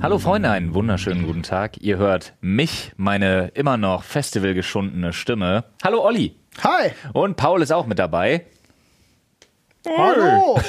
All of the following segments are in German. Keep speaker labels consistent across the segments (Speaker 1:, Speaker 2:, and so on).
Speaker 1: Hallo Freunde, einen wunderschönen guten Tag. Ihr hört mich, meine immer noch festivalgeschundene Stimme. Hallo Olli.
Speaker 2: Hi.
Speaker 1: Und Paul ist auch mit dabei.
Speaker 2: Hallo.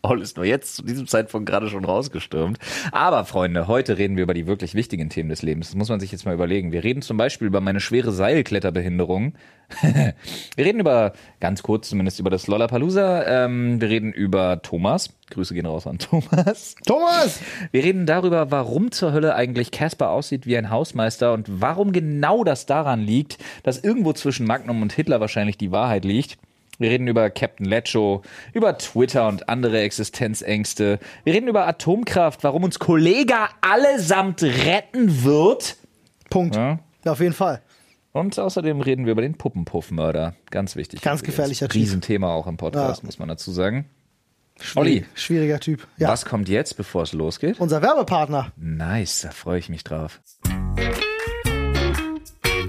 Speaker 1: Paul ist nur jetzt zu diesem Zeitpunkt gerade schon rausgestürmt. Aber Freunde, heute reden wir über die wirklich wichtigen Themen des Lebens. Das muss man sich jetzt mal überlegen. Wir reden zum Beispiel über meine schwere Seilkletterbehinderung. wir reden über, ganz kurz zumindest, über das Lollapalooza. Ähm, wir reden über Thomas. Grüße gehen raus an Thomas.
Speaker 2: Thomas.
Speaker 1: Wir reden darüber, warum zur Hölle eigentlich Casper aussieht wie ein Hausmeister und warum genau das daran liegt, dass irgendwo zwischen Magnum und Hitler wahrscheinlich die Wahrheit liegt. Wir reden über Captain Lecho, über Twitter und andere Existenzängste. Wir reden über Atomkraft, warum uns Kollega allesamt retten wird.
Speaker 2: Punkt. Ja. Auf jeden Fall.
Speaker 1: Und außerdem reden wir über den Puppenpuffmörder. Ganz wichtig.
Speaker 2: Ganz gefährlicher
Speaker 1: Typ. Riesenthema auch im Podcast,
Speaker 2: Ja.
Speaker 1: muss man dazu sagen. Olli.
Speaker 2: Schwierig, Schwieriger Typ. Ja.
Speaker 1: Was kommt jetzt, bevor es losgeht?
Speaker 2: Unser Werbepartner.
Speaker 1: Nice, da freue ich mich drauf.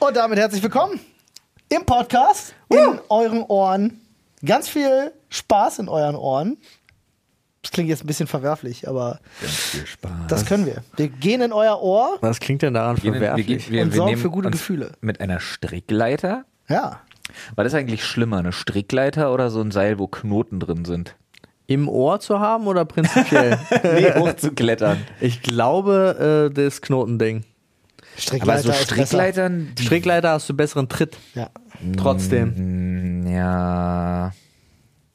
Speaker 2: Und damit herzlich willkommen im Podcast, in euren Ohren. Ganz viel Spaß in euren Ohren. Das klingt jetzt ein bisschen verwerflich, aber
Speaker 1: Viel Spaß.
Speaker 2: das können wir. Wir gehen in euer Ohr.
Speaker 3: Was klingt denn daran
Speaker 1: Wir, wir, wir, wir
Speaker 2: Und sorgen
Speaker 1: nehmen
Speaker 2: für gute
Speaker 1: uns
Speaker 2: Gefühle.
Speaker 1: Mit einer Strickleiter?
Speaker 2: Ja.
Speaker 1: War das eigentlich schlimmer, eine Strickleiter oder so ein Seil, wo Knoten drin sind?
Speaker 3: Im Ohr zu haben oder prinzipiell?
Speaker 1: Nee, hochzuklettern.
Speaker 3: ich glaube, äh, das Knotending.
Speaker 2: Strickleiter
Speaker 1: Aber so
Speaker 2: ist besser.
Speaker 1: Strickleitern, die,
Speaker 3: Strickleiter hast du besseren Tritt.
Speaker 2: Ja.
Speaker 1: Mhm.
Speaker 3: Trotzdem.
Speaker 1: ja,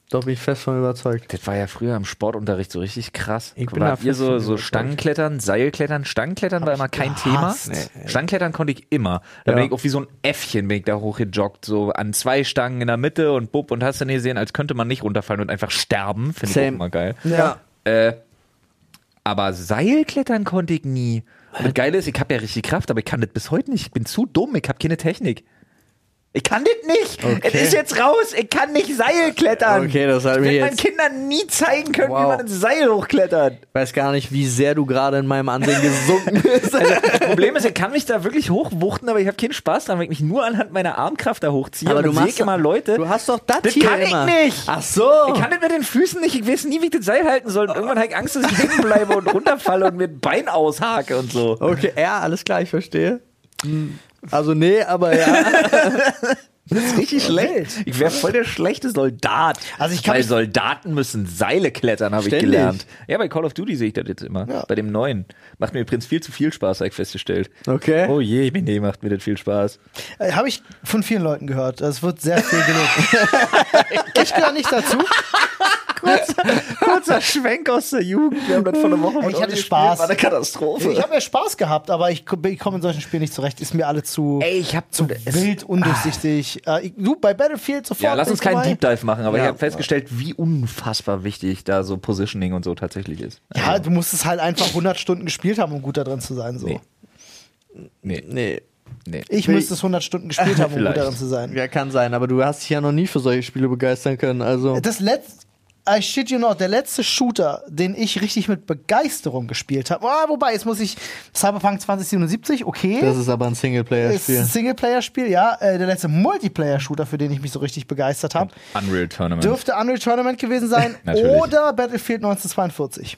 Speaker 3: Doch bin ich fest von überzeugt.
Speaker 1: das war ja früher im Sportunterricht so richtig krass.
Speaker 3: Ich bin da
Speaker 1: Wart ihr
Speaker 3: fest
Speaker 1: so,
Speaker 3: von
Speaker 1: so
Speaker 3: überzeugt.
Speaker 1: Stangenklettern, Seilklettern? Stangenklettern war immer kein Thema.
Speaker 2: gehasst.
Speaker 1: Stangenklettern konnte ich immer. Da
Speaker 3: Ja.
Speaker 1: bin ich auch wie so ein Äffchen, bin ich da hochgejoggt, so an zwei Stangen in der Mitte und bub und hast du nicht gesehen, als könnte man nicht runterfallen und einfach sterben. Finde ich
Speaker 3: Same.
Speaker 1: auch immer geil.
Speaker 3: Ja.
Speaker 1: Äh, aber Seilklettern konnte ich nie. Und das Geile ist, ich habe ja richtig Kraft, aber ich kann das bis heute nicht. Ich bin zu dumm, ich habe keine Technik. Ich kann das nicht. Es ist jetzt raus. Ich kann nicht Seil klettern.
Speaker 3: Okay, das hat
Speaker 1: ich
Speaker 3: mich
Speaker 1: werd meinen
Speaker 3: jetzt-
Speaker 1: Kindern nie zeigen können, wie
Speaker 3: Wow.
Speaker 1: man ins Seil hochklettert.
Speaker 3: Weiß gar nicht, wie sehr du gerade in meinem Ansehen gesunken bist.
Speaker 1: Das Problem ist, ich kann mich da wirklich hochwuchten, aber ich habe keinen Spaß dran, weil ich mich nur anhand meiner Armkraft da hochziehe.
Speaker 3: Aber
Speaker 1: Und
Speaker 3: du
Speaker 1: dann seh
Speaker 3: machst
Speaker 1: ich immer Leute.
Speaker 3: Du hast doch das,
Speaker 1: Das
Speaker 3: hier
Speaker 1: kann ich
Speaker 3: immer. Ah.
Speaker 1: nicht.
Speaker 3: Ach so.
Speaker 1: Ich kann das mit den Füßen nicht, ich weiß nie, wie ich das Seil halten soll. Und irgendwann habe ich Angst, dass ich hängen bleibe und runterfalle und mir ein Bein aushake und so.
Speaker 3: okay, ja, alles klar, ich verstehe. Also nee, aber ja.
Speaker 1: Richtig schlecht. Ich wäre voll der schlechte Soldat.
Speaker 2: Also ich kann
Speaker 1: Weil
Speaker 2: mich-
Speaker 1: Soldaten müssen Seile klettern, habe ich
Speaker 3: Ständig.
Speaker 1: gelernt. Ja, bei Call of Duty sehe ich das jetzt immer. Bei dem neuen. Macht mir übrigens viel zu viel Spaß, habe ich festgestellt.
Speaker 3: Okay.
Speaker 1: Oh je, nee, macht mir das viel Spaß.
Speaker 2: Äh, Habe ich von vielen Leuten gehört. Es wird sehr viel gelobt. ich gehöre nicht dazu.
Speaker 1: Kurzer Schwenk aus der Jugend. Wir haben das vor einer Woche
Speaker 2: Ich hatte
Speaker 1: Olli gespielt.
Speaker 2: Spaß.
Speaker 1: War eine Katastrophe.
Speaker 2: Ich habe ja Spaß gehabt, aber ich, komm- ich komme in solchen Spielen nicht zurecht. Ist mir alle zu
Speaker 1: Ey, ich hab
Speaker 2: zu
Speaker 1: zu- es- Ah.
Speaker 2: wild, undurchsichtig. Äh, ich- Du, bei Battlefield sofort.
Speaker 1: ja, lass uns keinen Deep
Speaker 2: Dieb da.
Speaker 1: Dive machen, aber
Speaker 3: Ja.
Speaker 1: ich habe festgestellt, wie unfassbar wichtig da so Positioning und so tatsächlich ist.
Speaker 2: Ja, du musst es halt einfach 100 Stunden gespielt haben, um gut da drin zu sein. So.
Speaker 1: Nee. Nee,
Speaker 3: Nee.
Speaker 1: nee.
Speaker 2: Ich müsste es 100 Stunden gespielt haben, um gut
Speaker 1: Vielleicht.
Speaker 2: darin zu sein.
Speaker 1: Oh.
Speaker 3: Ja, kann sein, aber du hast dich ja noch nie für solche Spiele begeistern können. Also.
Speaker 2: Das letzte. I shit you not, der letzte Shooter, den ich richtig mit Begeisterung gespielt habe. Ah, wobei, jetzt muss ich Cyberpunk 2077, okay.
Speaker 3: Das ist aber ein Singleplayer-Spiel.
Speaker 2: Ist ein Singleplayer-Spiel, ja. Äh, der letzte Multiplayer-Shooter, für den ich mich so richtig begeistert habe.
Speaker 1: Unreal Tournament.
Speaker 2: Dürfte Unreal Tournament gewesen sein
Speaker 1: Natürlich.
Speaker 2: oder Battlefield 1942.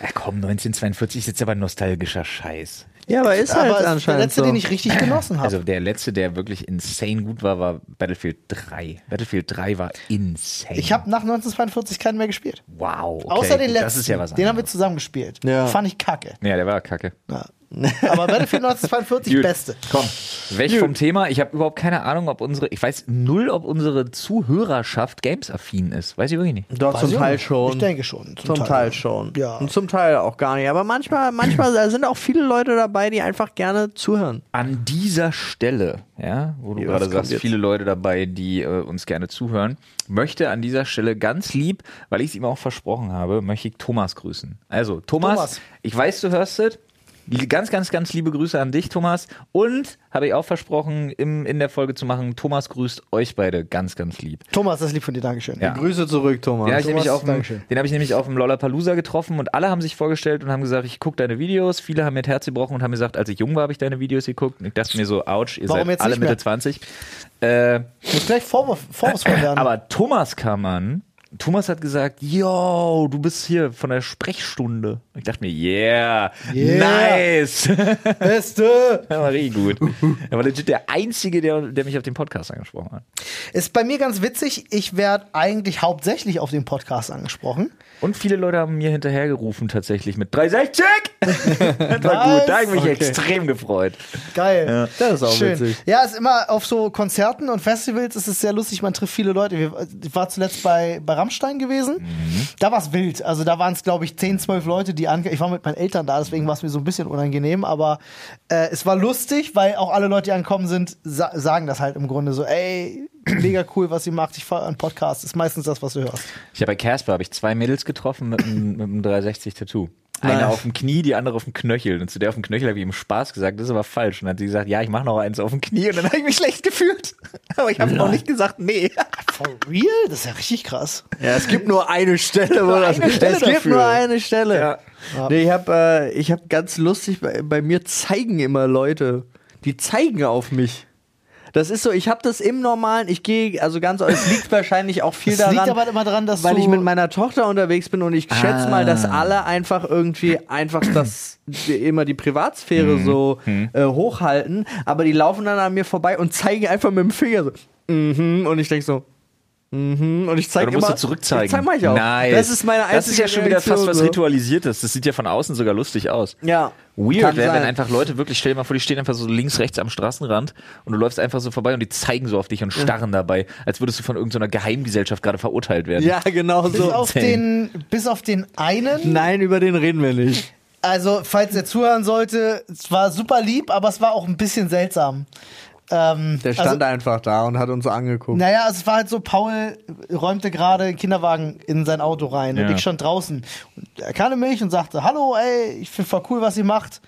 Speaker 1: ja, komm, 1942 ist jetzt aber nostalgischer Scheiß.
Speaker 3: Ja, aber ist halt
Speaker 2: Aber der
Speaker 3: anscheinend
Speaker 2: letzte,
Speaker 3: so.
Speaker 2: den ich richtig genossen habe.
Speaker 1: Also der letzte, der wirklich insane gut war, war Battlefield 3. Battlefield 3 war insane.
Speaker 2: ich habe nach 1942 keinen mehr gespielt.
Speaker 1: wow. Okay,
Speaker 2: Außer den
Speaker 1: gut,
Speaker 2: letzten.
Speaker 1: Das ist ja was
Speaker 2: den haben wir
Speaker 1: anderes.
Speaker 2: zusammen gespielt.
Speaker 3: Ja.
Speaker 2: Fand ich kacke.
Speaker 1: Ja, der war kacke.
Speaker 2: Aber Battlefield 1942
Speaker 1: Gut.
Speaker 2: beste.
Speaker 1: Komm, weg vom Thema. Ich habe überhaupt keine Ahnung, ob unsere, ich weiß null, ob unsere Zuhörerschaft gamesaffin ist. Weiß ich wirklich nicht.
Speaker 3: Doch,
Speaker 2: Weiß
Speaker 3: zum
Speaker 2: ich
Speaker 3: Teil
Speaker 2: nicht.
Speaker 3: schon.
Speaker 2: Ich denke schon.
Speaker 3: Zum Teil, schon.
Speaker 2: Ja.
Speaker 3: Und zum Teil auch gar nicht. Aber manchmal, manchmal da sind auch viele Leute dabei, die einfach gerne zuhören.
Speaker 1: An dieser Stelle, ja, wo du
Speaker 3: Ja, was
Speaker 1: gerade
Speaker 3: kommt
Speaker 1: sagst,
Speaker 3: jetzt?
Speaker 1: viele Leute dabei, die äh, uns gerne zuhören, möchte an dieser Stelle ganz lieb, weil ich es ihm auch versprochen habe, möchte ich Thomas grüßen. Also, Thomas,
Speaker 2: Thomas.
Speaker 1: ich weiß, du hörst es. Ganz, ganz, ganz liebe Grüße an dich, Thomas. Und habe ich auch versprochen, im, in der Folge zu machen, Thomas grüßt euch beide ganz, ganz lieb.
Speaker 2: Thomas, das ist lieb von dir, Dankeschön.
Speaker 1: Ja.
Speaker 3: Grüße zurück, Thomas.
Speaker 1: Den habe ich, nämlich auf dem-
Speaker 2: Dankeschön.
Speaker 1: den hab ich nämlich auf dem Lollapalooza getroffen und alle haben sich vorgestellt und haben gesagt, ich gucke deine Videos. Viele haben mir das Herz gebrochen und haben gesagt, als ich jung war, habe ich deine Videos geguckt. Und ich dachte mir so, ouch, ihr
Speaker 2: Warum
Speaker 1: seid
Speaker 2: jetzt
Speaker 1: alle
Speaker 2: nicht mehr?
Speaker 1: Mitte 20. Äh,
Speaker 2: Muss gleich Vorwurf, vorwurfsvoll werden.
Speaker 1: aber Thomas kam an. Thomas hat gesagt, yo, du bist hier von der Sprechstunde. Und Ich dachte mir, yeah,
Speaker 2: Yeah.
Speaker 1: nice. das
Speaker 2: Beste!
Speaker 1: war richtig gut. Er war legit der Einzige, der, der mich auf den Podcast angesprochen hat.
Speaker 2: Ist bei mir ganz witzig, ich werde eigentlich hauptsächlich auf dem Podcast angesprochen.
Speaker 1: Und viele Leute haben mir hinterhergerufen tatsächlich mit 360. das war
Speaker 2: Was?
Speaker 1: gut, da habe ich mich
Speaker 3: Okay.
Speaker 1: extrem gefreut.
Speaker 2: Geil.
Speaker 3: Das ist auch
Speaker 2: Schön.
Speaker 3: witzig.
Speaker 2: Ja, ist immer auf so Konzerten und Festivals ist es sehr lustig, man trifft viele Leute. Wir- Ich war zuletzt bei, bei Rammstein gewesen.
Speaker 3: Mhm.
Speaker 2: Da war es wild. Also da waren es, glaube ich, 10, 12 Leute, die ange Ich war mit meinen Eltern da, deswegen war es mir so ein bisschen unangenehm, aber äh, es war lustig, weil auch alle Leute, die angekommen sind, sa sagen das halt im Grunde so, ey, mega cool, was ihr macht. Ich fahre einen Podcast. Ist meistens das, was du hörst.
Speaker 1: Ich habe bei Casper habe ich zwei Mädels getroffen mit einem, mit einem 360 Tattoo. Eine auf dem Knie, die andere auf dem Knöchel. Und zu der auf dem Knöchel habe ich ihm Spaß gesagt, das ist aber falsch. Und dann hat sie gesagt, ja, ich mache noch eins auf dem Knie. Und dann habe ich mich schlecht gefühlt. Aber ich habe noch nicht gesagt, nee.
Speaker 2: For real? Das ist ja richtig krass.
Speaker 3: Ja, es gibt nur eine Stelle, wo
Speaker 1: nur
Speaker 3: das.
Speaker 1: eine Stelle
Speaker 3: es gibt
Speaker 1: dafür.
Speaker 3: nur eine Stelle.
Speaker 1: Ja.
Speaker 3: Nee, ich habe äh, ich hab ganz lustig, bei, bei mir zeigen immer Leute, die zeigen auf mich. Das ist so, ich habe das im Normalen, ich gehe, also ganz, es liegt wahrscheinlich auch viel
Speaker 2: Es
Speaker 3: daran.
Speaker 2: liegt aber immer daran, dass
Speaker 3: weil
Speaker 2: du
Speaker 3: ich mit meiner Tochter unterwegs bin und ich schätze mal, dass
Speaker 1: Ah.
Speaker 3: alle einfach irgendwie einfach das die- immer die Privatsphäre
Speaker 1: Mhm.
Speaker 3: so äh, hochhalten, aber die laufen dann an mir vorbei und zeigen einfach mit dem Finger so mhm und ich denke so mhm und ich zeige
Speaker 1: Du musst
Speaker 3: immer
Speaker 1: du zurückzeigen.
Speaker 3: Ich zeig mal ich auch.
Speaker 1: Nice.
Speaker 3: Das ist meine einzige
Speaker 1: Das ist ja schon wieder fast
Speaker 3: Reaktion,
Speaker 1: was
Speaker 3: so.
Speaker 1: Ritualisiertes. Das sieht ja von außen sogar lustig aus.
Speaker 3: Ja.
Speaker 1: Weird,
Speaker 3: Kann
Speaker 1: wär, wenn
Speaker 3: sein.
Speaker 1: einfach Leute wirklich, stell dir mal vor, die stehen einfach so links, rechts am Straßenrand und du läufst einfach so vorbei und die zeigen so auf dich und starren dabei, als würdest du von irgendeiner Geheimgesellschaft gerade verurteilt werden.
Speaker 3: Ja, genau
Speaker 2: bis
Speaker 3: so.
Speaker 2: auf, den, bis auf den einen
Speaker 3: Nein, über den reden wir nicht.
Speaker 2: Also, falls ihr zuhören sollte, es war super lieb, aber es war auch ein bisschen seltsam. Ähm,
Speaker 3: Der stand
Speaker 2: also,
Speaker 3: einfach da und hat uns angeguckt.
Speaker 2: Naja, es war halt so, Paul räumte gerade einen Kinderwagen in sein Auto rein und
Speaker 1: Ja.
Speaker 2: ich stand draußen. Und er kannte mich und sagte, hallo, ey, ich finde voll cool, was ihr macht.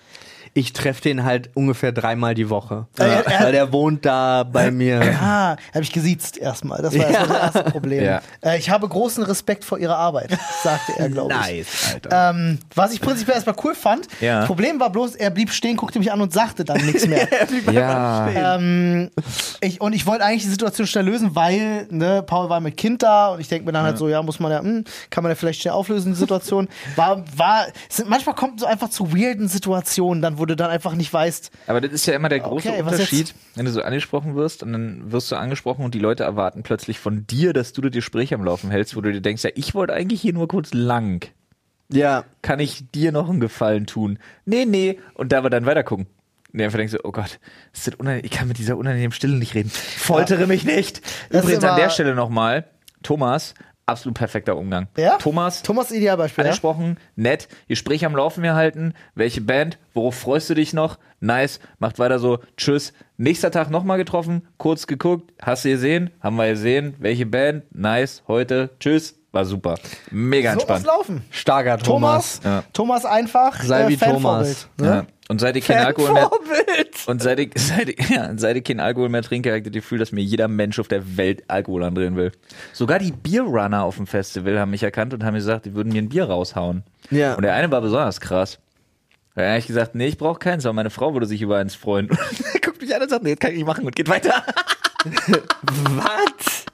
Speaker 3: Ich treffe den halt ungefähr dreimal die Woche.
Speaker 2: Ja, er- er-
Speaker 3: Weil der wohnt da bei mir.
Speaker 2: Ah, habe ich gesiezt erstmal. Das war erstmal das erste Problem.
Speaker 1: Ja.
Speaker 2: Äh, ich habe großen Respekt vor ihrer Arbeit, sagte er, glaube ich.
Speaker 1: Nice, Alter.
Speaker 2: Ähm, was ich prinzipiell erstmal cool fand.
Speaker 1: Ja.
Speaker 2: Problem war bloß, er blieb stehen, guckte mich an und sagte dann nichts mehr.
Speaker 3: Äh,
Speaker 1: ja.
Speaker 2: Ähm, ich, und ich wollte eigentlich die Situation schnell lösen, weil ne, Paul war mit Kind da und ich denke mir dann halt so, ja, muss man ja, hm, kann man ja vielleicht schnell auflösen, die Situation. War, war, sind, manchmal kommt so einfach zu weirden Situationen, dann wo du dann einfach nicht weißt,
Speaker 1: Aber das ist ja immer der große
Speaker 2: Okay, was
Speaker 1: Unterschied, wenn du so angesprochen wirst und dann wirst du angesprochen und die Leute erwarten plötzlich von dir, dass du das Gespräch am Laufen hältst, wo du dir denkst, ja, ich wollte eigentlich hier nur kurz lang.
Speaker 3: Ja.
Speaker 1: Kann ich dir noch einen Gefallen tun? Nee, nee. Und da wir dann weitergucken. Und du einfach denkst, oh Gott, ist das unangenehm? ich kann mit dieser unangenehmen Stille nicht reden. Foltere mich nicht.
Speaker 2: Das ist
Speaker 1: Übrigens an
Speaker 2: immer-
Speaker 1: der Stelle nochmal, Thomas, absolut perfekter Umgang.
Speaker 2: ja?
Speaker 1: Thomas,
Speaker 2: Thomas Idealbeispiel, ja?
Speaker 1: angesprochen, nett, Gespräch am Laufen erhalten, welche Band, worauf freust du dich noch? Nice, macht weiter so, tschüss. Nächster Tag nochmal getroffen, kurz geguckt, hast du gesehen, haben wir gesehen, welche Band, nice, heute, tschüss. War super. Mega
Speaker 2: So muss
Speaker 1: entspannt.
Speaker 2: laufen.
Speaker 3: Starker Thomas.
Speaker 2: Thomas,
Speaker 1: Ja.
Speaker 2: Thomas einfach. äh,
Speaker 3: Sei wie
Speaker 2: Fanvorbild,
Speaker 1: Ja.
Speaker 2: Ne?
Speaker 1: Und seit ich keinen Alkohol mehr,
Speaker 3: Vorbild.
Speaker 1: und seit ich, seit ich, ja, und seit ich keinen Alkohol mehr trinke, habe ich das Gefühl, dass mir jeder Mensch auf der Welt Alkohol andrehen will. Sogar die Bierrunner auf dem Festival haben mich erkannt und haben mir gesagt, die würden mir ein Bier raushauen.
Speaker 3: Ja.
Speaker 1: Und der eine war besonders krass. Da habe ich gesagt, nee, ich brauche keins, aber meine Frau würde sich über eins freuen. Und er guckt mich an und sagt, nee, das kann ich nicht machen und geht weiter.
Speaker 3: Was?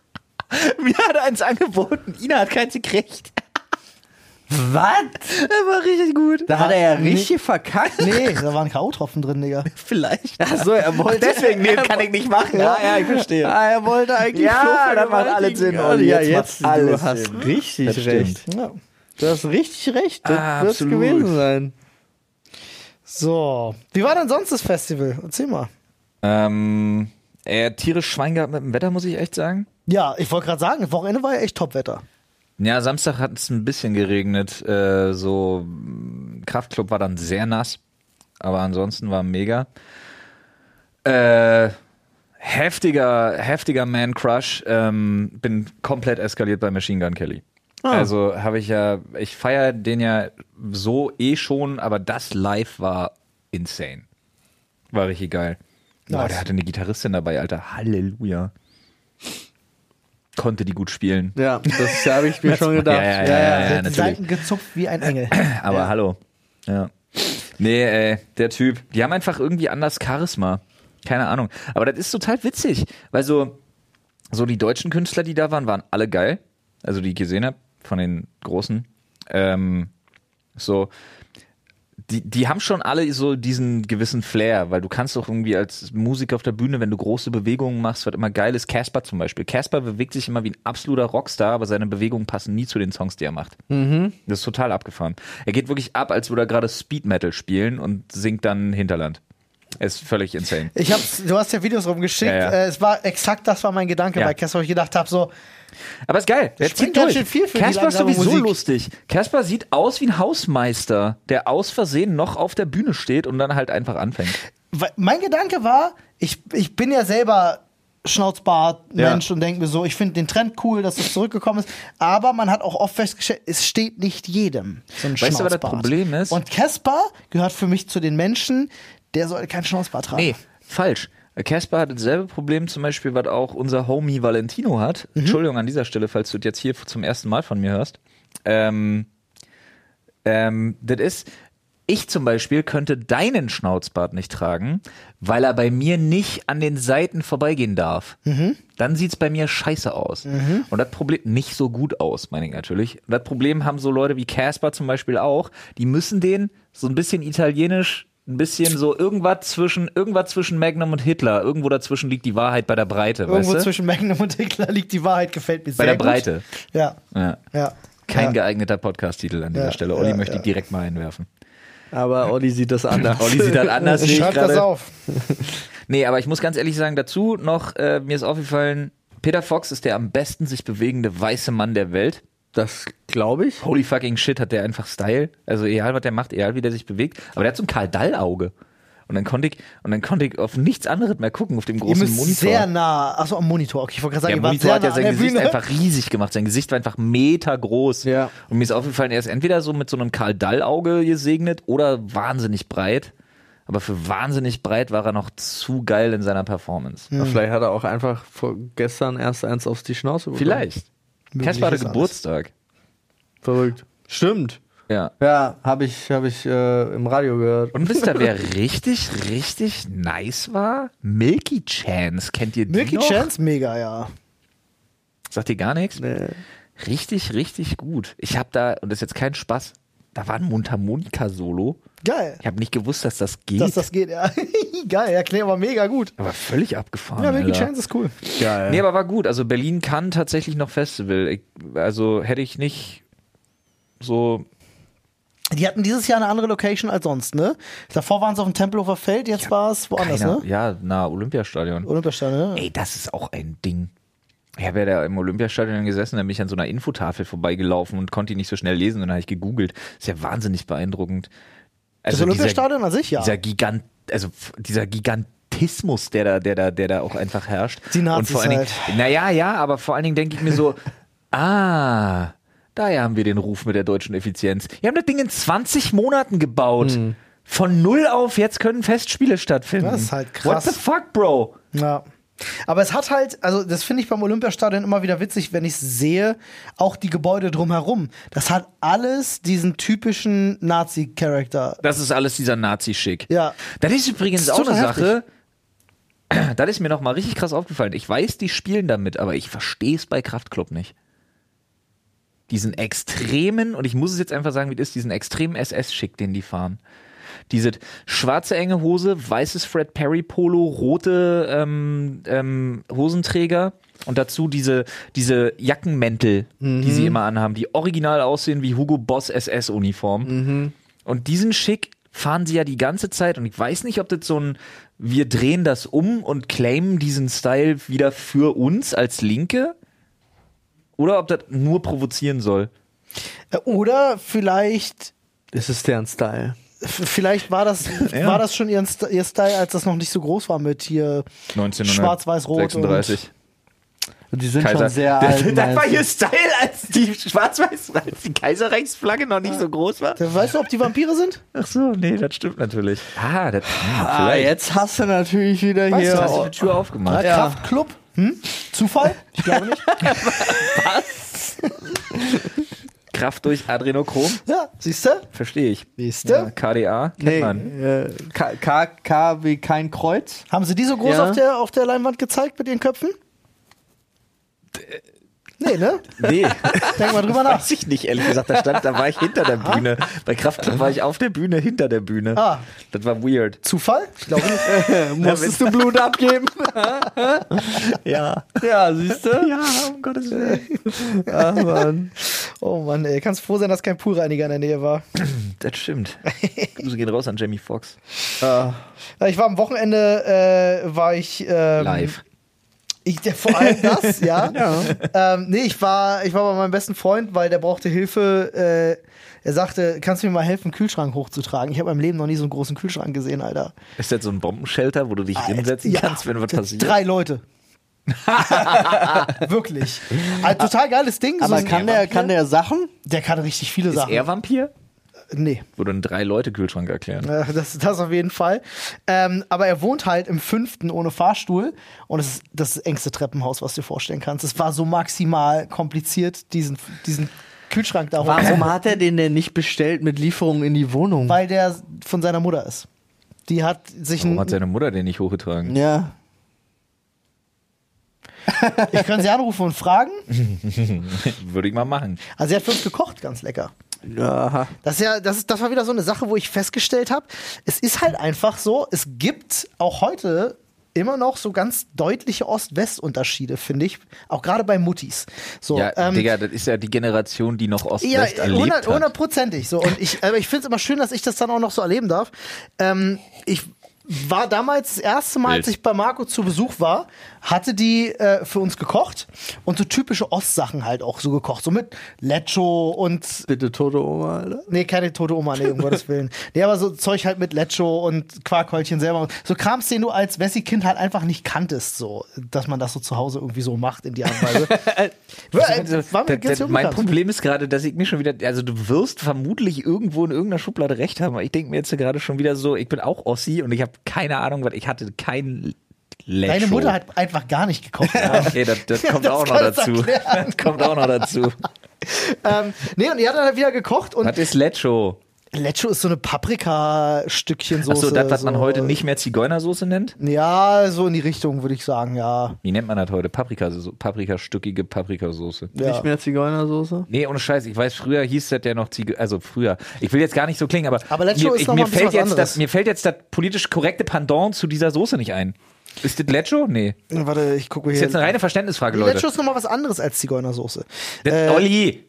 Speaker 1: Mir hat er eins angeboten, Ina hat keins gekriegt.
Speaker 3: Was?
Speaker 1: Das war richtig gut.
Speaker 3: Da hat er ja richtig verkackt.
Speaker 2: Nee, da waren K.O.-Tropfen drin, Digga.
Speaker 1: Vielleicht.
Speaker 3: Achso, er wollte.
Speaker 1: Deswegen, nee, das kann ich nicht machen.
Speaker 3: Ja, ja, ich verstehe. Ah, er wollte eigentlich
Speaker 1: Ja,
Speaker 3: Flo
Speaker 1: das macht
Speaker 3: vergewaltigen.
Speaker 1: alles Sinn,
Speaker 3: Ja,
Speaker 1: Olli,
Speaker 3: ja,
Speaker 1: jetzt
Speaker 3: jetzt,
Speaker 1: macht's alles
Speaker 3: du hast
Speaker 1: Sinn.
Speaker 3: richtig
Speaker 1: Das stimmt.
Speaker 3: recht. Ja. Du hast richtig recht. Das
Speaker 1: Ah,
Speaker 3: wird's
Speaker 1: absolut.
Speaker 3: gewesen sein.
Speaker 2: So. Wie war denn sonst das Festival? Erzähl mal.
Speaker 1: Ähm, äh, tierisch Schwein gehabt mit dem Wetter, muss ich echt sagen.
Speaker 2: Ja, ich wollte gerade sagen, das Wochenende war ja echt Topwetter.
Speaker 1: Ja, Samstag hat es ein bisschen geregnet. Äh, so mm, Kraftclub war dann sehr nass, aber ansonsten war mega. Äh, heftiger, heftiger Man Crush. Ähm, bin komplett eskaliert bei Machine Gun Kelly. Also habe ich ja, ich feiere den ja so eh schon, aber das Live war insane. War richtig geil. Boah,
Speaker 2: Nice.
Speaker 1: der hatte eine Gitarristin dabei, Alter. Halleluja. Konnte die gut spielen.
Speaker 3: Ja, das habe ich mir schon gedacht.
Speaker 1: Ja, ja,
Speaker 3: Ja, ja.
Speaker 1: ja, ja,
Speaker 2: Der hat die
Speaker 1: natürlich.
Speaker 2: Seiten gezupft wie ein Engel.
Speaker 1: Aber hallo. Ja. Nee, ey, der Typ. Die haben einfach irgendwie anders Charisma. Keine Ahnung. Aber das ist total witzig, weil so, so die deutschen Künstler, die da waren, waren alle geil. Also die ich gesehen habe, von den Großen. Ähm, so, die, die haben schon alle so diesen gewissen Flair, weil du kannst doch irgendwie als Musiker auf der Bühne, wenn du große Bewegungen machst, was immer geil ist, Casper zum Beispiel. Casper bewegt sich immer wie ein absoluter Rockstar, aber seine Bewegungen passen nie zu den Songs, die er macht. Das ist total abgefahren. Er geht wirklich ab, als würde er gerade Speed Metal spielen und singt dann Hinterland. Er ist völlig insane.
Speaker 2: Ich hab's, du hast ja Videos rumgeschickt.
Speaker 1: Ja, ja.
Speaker 2: Äh, Es war exakt das war mein Gedanke
Speaker 1: Ja.
Speaker 2: bei Casper, wo ich gedacht habe, so,
Speaker 1: Aber ist geil. Der zieht
Speaker 2: springt ganz
Speaker 1: durch.
Speaker 2: schön viel für die
Speaker 1: Casper ist
Speaker 2: langsame
Speaker 1: sowieso
Speaker 2: Musik.
Speaker 1: lustig. Casper sieht aus wie ein Hausmeister, der aus Versehen noch auf der Bühne steht und dann halt einfach anfängt.
Speaker 2: weil- mein Gedanke war, ich, ich bin ja selber Schnauzbart-Mensch und denke mir so, ich finde den Trend cool, dass es zurückgekommen ist. Aber man hat auch oft festgestellt, es steht nicht jedem so ein
Speaker 1: Weißt du, was das
Speaker 2: Schnauzbart.
Speaker 1: Problem ist?
Speaker 2: Und Casper gehört für mich zu den Menschen, der soll keinen Schnauzbart tragen.
Speaker 1: Nee, falsch. Casper hat dasselbe Problem zum Beispiel, was auch unser Homie Valentino hat.
Speaker 2: Mhm.
Speaker 1: Entschuldigung an dieser Stelle, falls du das jetzt hier zum ersten Mal von mir hörst. Ähm, ähm, das ist, ich zum Beispiel könnte deinen Schnauzbart nicht tragen, weil er bei mir nicht an den Seiten vorbeigehen darf.
Speaker 2: Mhm.
Speaker 1: Dann sieht's bei mir scheiße aus. Und das Problem, nicht so gut aus, meine ich natürlich. Und das Problem haben so Leute wie Casper zum Beispiel auch, die müssen den so ein bisschen italienisch, ein bisschen so irgendwas zwischen, irgendwas zwischen Magnum und Hitler, irgendwo dazwischen liegt die Wahrheit bei der Breite,
Speaker 2: Irgendwo
Speaker 1: weißt du?
Speaker 2: zwischen Magnum und Hitler liegt die Wahrheit, gefällt mir
Speaker 1: Bei
Speaker 2: sehr
Speaker 1: der
Speaker 2: gut.
Speaker 1: Breite.
Speaker 2: Ja.
Speaker 1: Ja.
Speaker 2: ja.
Speaker 1: Kein
Speaker 2: ja.
Speaker 1: geeigneter Podcast-Titel an dieser
Speaker 2: Ja,
Speaker 1: Stelle. Olli
Speaker 2: ja,
Speaker 1: möchte
Speaker 2: ja.
Speaker 1: ich direkt mal einwerfen.
Speaker 3: Aber Olli sieht das anders.
Speaker 1: Olli sieht das anders, sehe ich
Speaker 2: Schreibt das
Speaker 1: gerade.
Speaker 2: auf.
Speaker 1: Nee, aber ich muss ganz ehrlich sagen, dazu noch, äh, mir ist aufgefallen, Peter Fox ist der am besten sich bewegende weiße Mann der Welt.
Speaker 3: Das glaube ich.
Speaker 1: Holy fucking shit, hat der einfach Style. Also egal, was der macht, egal wie der sich bewegt. Aber der hat so ein Karl Dall Auge. Und dann konnte ich, und dann konnte ich auf nichts anderes mehr gucken, auf dem
Speaker 2: Ihr
Speaker 1: großen
Speaker 2: müsst
Speaker 1: Monitor.
Speaker 2: sehr nah, achso, am Monitor. Okay, ich wollte gerade sagen,
Speaker 1: der
Speaker 2: ihr wart
Speaker 1: Monitor
Speaker 2: sehr
Speaker 1: hat
Speaker 2: nah
Speaker 1: ja
Speaker 2: an der
Speaker 1: sein Gesicht
Speaker 2: Bühne.
Speaker 1: einfach riesig gemacht. Sein Gesicht war einfach metergroß.
Speaker 3: Ja.
Speaker 1: Und mir ist aufgefallen, er ist entweder so mit so einem Karl Dall Auge gesegnet oder wahnsinnig breit. Aber für wahnsinnig breit war er noch zu geil in seiner Performance.
Speaker 3: Vielleicht hat er auch einfach vor gestern erst eins auf die Schnauze bekommen.
Speaker 1: Vielleicht.
Speaker 2: Möglich
Speaker 1: Casper hatte
Speaker 2: ist alles.
Speaker 1: Geburtstag.
Speaker 3: Verrückt. Stimmt.
Speaker 1: Ja.
Speaker 3: Ja, habe ich, hab ich äh, im Radio gehört.
Speaker 1: Und wisst ihr, wer richtig, richtig nice war? Milky Chance. Kennt ihr die
Speaker 2: Milky
Speaker 1: noch?
Speaker 2: Chance, mega, ja.
Speaker 1: Sagt ihr gar nichts?
Speaker 3: Nee.
Speaker 1: Richtig, richtig gut. Ich habe da, und das ist jetzt kein Spaß, da war ein Mundharmonika-Solo.
Speaker 2: Geil.
Speaker 1: Ich habe nicht gewusst, dass das geht.
Speaker 2: Dass das geht, ja. Geil, ja, klingt aber mega gut.
Speaker 1: aber völlig abgefahren.
Speaker 2: Ja, Milky
Speaker 1: Oh, Alter.
Speaker 2: Chance ist cool.
Speaker 3: Geil.
Speaker 1: Nee, aber war gut. Also Berlin kann tatsächlich noch Festival. Ich, also hätte ich nicht so
Speaker 2: Die hatten dieses Jahr eine andere Location als sonst, ne? Davor waren sie auf dem Tempelhofer Feld, jetzt war es woanders,
Speaker 1: keiner,
Speaker 2: ne?
Speaker 1: ja, na, Olympiastadion.
Speaker 2: Olympiastadion, ne?
Speaker 1: Ey, das ist auch ein Ding. Ich habe ja da im Olympiastadion gesessen, da bin ich an so einer Infotafel vorbeigelaufen und konnte die nicht so schnell lesen und dann habe ich gegoogelt. Ist ja wahnsinnig beeindruckend.
Speaker 2: das
Speaker 1: Also
Speaker 2: Olympiastadion an sich, ja.
Speaker 1: Dieser, dieser Gigant, also f- dieser Gigantismus, der da, der da, der da auch einfach herrscht.
Speaker 2: Die Nazis halt.
Speaker 1: und vor allen Dingen, naja, ja, aber vor allen Dingen denke ich mir so, ah, Daher haben wir den Ruf mit der deutschen Effizienz. Wir haben das Ding in 20 Monaten gebaut. Von null auf jetzt können Festspiele stattfinden.
Speaker 2: Hm. Das ist halt krass.
Speaker 1: What the fuck, Bro?
Speaker 2: Ja. Aber es hat halt, also das finde ich beim Olympiastadion immer wieder witzig, wenn ich sehe, auch die Gebäude drumherum. Das hat alles diesen typischen Nazi-Charakter.
Speaker 1: Das ist alles dieser Nazi-Schick.
Speaker 2: Ja.
Speaker 1: Das ist übrigens
Speaker 2: Das ist
Speaker 1: auch eine
Speaker 2: total
Speaker 1: Sache. Das ist mir nochmal richtig krass aufgefallen. Ich weiß, die spielen damit, aber ich verstehe es bei Kraftklub nicht. Diesen extremen, und ich muss es jetzt einfach sagen, wie es ist, diesen extremen SS-Schick, den die fahren. Diese schwarze enge Hose, weißes Fred Perry Polo, rote ähm, ähm, Hosenträger und dazu diese, diese Jackenmäntel, die
Speaker 2: Mhm.
Speaker 1: sie immer anhaben, die original aussehen wie Hugo Boss SS-Uniform. Und diesen Schick fahren sie ja die ganze Zeit und ich weiß nicht, ob das so ein wir drehen das um und claimen diesen Style wieder für uns als Linke oder ob das nur provozieren soll.
Speaker 2: Oder vielleicht,
Speaker 3: Es ist deren Style.
Speaker 2: f- vielleicht war das, war das schon ihren St- ihr Style, als das noch nicht so groß war mit hier Schwarz-Weiß-Rot. und-
Speaker 1: 1936.
Speaker 3: Die sind
Speaker 1: Kaiser.
Speaker 3: schon sehr alt.
Speaker 1: das war
Speaker 3: meinst
Speaker 1: ihr Style, als die schwarz-weiß, als die Kaiserreichsflagge noch nicht so groß war.
Speaker 2: Weißt du, ob die Vampire sind?
Speaker 1: Ach so, nee, das stimmt natürlich. Ah, das, hm,
Speaker 3: du? ah,
Speaker 1: vielleicht.
Speaker 3: jetzt hast du natürlich wieder
Speaker 2: Was?
Speaker 1: Jetzt hast du
Speaker 3: hier.
Speaker 1: die Tür aufgemacht.
Speaker 3: Ja.
Speaker 2: Äh, Kraftclub? Hm? Zufall? Ich glaube nicht.
Speaker 1: Kraft durch Adrenochrom,
Speaker 2: ja, siehst du?
Speaker 1: verstehe ich. Äh,
Speaker 2: Siehst du?
Speaker 1: Ja, KDA, kennt
Speaker 3: Nee,
Speaker 1: man.
Speaker 3: äh, K, K, K wie kein Kreuz.
Speaker 2: Haben sie die so groß
Speaker 3: Ja.
Speaker 2: auf, der, auf der Leinwand gezeigt mit ihren Köpfen?
Speaker 3: Äh.
Speaker 2: Nee, ne?
Speaker 1: Nee,
Speaker 2: Denk mal drüber nach.
Speaker 1: weiß ich nicht, ehrlich gesagt. Da stand, da war ich hinter der Bühne. Bei Kraftklub war ich auf der Bühne, hinter der Bühne.
Speaker 2: Ah.
Speaker 1: Das war weird.
Speaker 2: Zufall? Ich glaube nicht.
Speaker 3: Musstest du Blut abgeben?
Speaker 1: Ja.
Speaker 3: ja, siehst du?
Speaker 1: Ja, um Gottes Willen.
Speaker 3: Ach, Mann.
Speaker 2: Oh Mann, ey. Kannst froh sein, dass kein Poolreiniger in der Nähe war.
Speaker 1: Das stimmt. Grüße gehen raus an Jamie Foxx.
Speaker 3: Ah.
Speaker 2: Ich war am Wochenende, äh, war ich. Ähm,
Speaker 1: Live.
Speaker 2: Ich, ja, vor allem das, ja. Ähm, nee, ich war, ich war bei meinem besten Freund, weil der brauchte Hilfe. Äh, er sagte, kannst du mir mal helfen, einen Kühlschrank hochzutragen? Ich habe im Leben noch nie so einen großen Kühlschrank gesehen, Alter.
Speaker 1: Ist das so ein Bombenshelter, wo du dich hinsetzen
Speaker 2: Ah, Ja,
Speaker 1: kannst, wenn was
Speaker 2: d-
Speaker 1: passiert?
Speaker 2: Drei Leute. Wirklich. Ein total geiles Ding.
Speaker 3: Aber
Speaker 2: ein-
Speaker 3: kann der, kann der Sachen?
Speaker 2: Der kann richtig viele
Speaker 1: Ist
Speaker 2: Sachen.
Speaker 1: er Vampir?
Speaker 2: nee.
Speaker 1: Würde einen Drei-Leute-Kühlschrank erklären.
Speaker 2: Äh, Das, das auf jeden Fall. Ähm, aber er wohnt halt im fünften ohne Fahrstuhl und es ist das, ist das engste Treppenhaus, was du dir vorstellen kannst. Es war so maximal kompliziert, diesen, diesen Kühlschrank da hoch.
Speaker 3: Warum hat er den denn nicht bestellt mit Lieferung in die Wohnung?
Speaker 2: Weil der von seiner Mutter ist. Die hat sich
Speaker 1: Warum hat
Speaker 2: ein,
Speaker 1: seine Mutter den nicht hochgetragen?
Speaker 3: Ja.
Speaker 2: Ich könnte sie anrufen und fragen.
Speaker 1: Würde ich mal machen.
Speaker 2: Also sie hat für uns gekocht, ganz lecker.
Speaker 3: Aha.
Speaker 2: Das, ist ja, das, ist, das war wieder so eine Sache, wo ich festgestellt habe, es ist halt einfach so, es gibt auch heute immer noch so ganz deutliche Ost-West-Unterschiede, finde ich. Auch gerade bei Muttis. So,
Speaker 1: ja,
Speaker 2: ähm,
Speaker 1: Digga, das ist ja die Generation, die noch
Speaker 2: ja,
Speaker 1: Ost-West erlebt
Speaker 2: hundert-
Speaker 1: hat.
Speaker 2: hundertprozentig. So. Und ich, aber ich finde es immer schön, dass ich das dann auch noch so erleben darf. Ähm, ich war damals das erste Mal, als
Speaker 1: Wild.
Speaker 2: ich bei Marco zu Besuch war, hatte die äh, für uns gekocht und so typische Ostsachen halt auch so gekocht. So mit Lecho und
Speaker 3: Bitte tote Oma, Alter.
Speaker 2: Nee, keine tote Oma, nee, um Gottes Willen. Nee, aber so Zeug halt mit Lecho und Quarkhäulchen selber. So Krams, den du als Wessi-Kind halt einfach nicht kanntest, so, dass man das so zu Hause irgendwie so macht in die Art und Weise. äh,
Speaker 1: Also,
Speaker 2: War mir
Speaker 1: das,
Speaker 2: ganz
Speaker 1: das, mein
Speaker 2: unbekannt.
Speaker 1: Problem ist gerade, dass ich mir schon wieder, also du wirst vermutlich irgendwo in irgendeiner Schublade recht haben, aber ich denke mir jetzt gerade schon wieder so, ich bin auch Ossi und ich habe keine Ahnung, was ich hatte kein Lecho. Ah,
Speaker 2: Deine Mutter hat einfach gar nicht gekocht. Ja.
Speaker 1: Okay, das, das kommt
Speaker 2: das
Speaker 1: auch noch
Speaker 2: kann es
Speaker 1: dazu.
Speaker 2: erklären.
Speaker 1: Das kommt auch noch dazu.
Speaker 2: ähm, nee, und die hat dann halt wieder gekocht und
Speaker 1: Was ist Lecho?
Speaker 2: Lecho ist so eine Paprikastückchen-Soße.
Speaker 1: Achso, das, was
Speaker 2: so.
Speaker 1: man heute nicht mehr Zigeunersoße nennt?
Speaker 2: Ja, so in die Richtung, würde ich sagen, ja.
Speaker 1: Wie nennt man das heute? Paprikasoße, Paprikastückige Paprikasoße.
Speaker 2: Ja.
Speaker 3: Nicht mehr Zigeunersoße?
Speaker 1: Nee, ohne Scheiß, ich weiß, früher hieß das ja noch Ziege, also früher. Ich will jetzt gar nicht so klingen, aber,
Speaker 2: Aber Lecho
Speaker 1: mir,
Speaker 2: ist
Speaker 1: ich,
Speaker 2: noch mal
Speaker 1: mir,
Speaker 2: ein bisschen
Speaker 1: fällt
Speaker 2: was
Speaker 1: jetzt
Speaker 2: anderes.
Speaker 1: das, mir fällt jetzt das politisch korrekte Pendant zu dieser Soße nicht ein. Ist das Lecho? Nee.
Speaker 2: Warte, ich gucke
Speaker 1: Ist
Speaker 2: hier.
Speaker 1: jetzt eine reine Verständnisfrage,
Speaker 2: Lecho
Speaker 1: Leute.
Speaker 2: ist nochmal was anderes als Zigeunersoße. Äh,
Speaker 1: Das, Olli!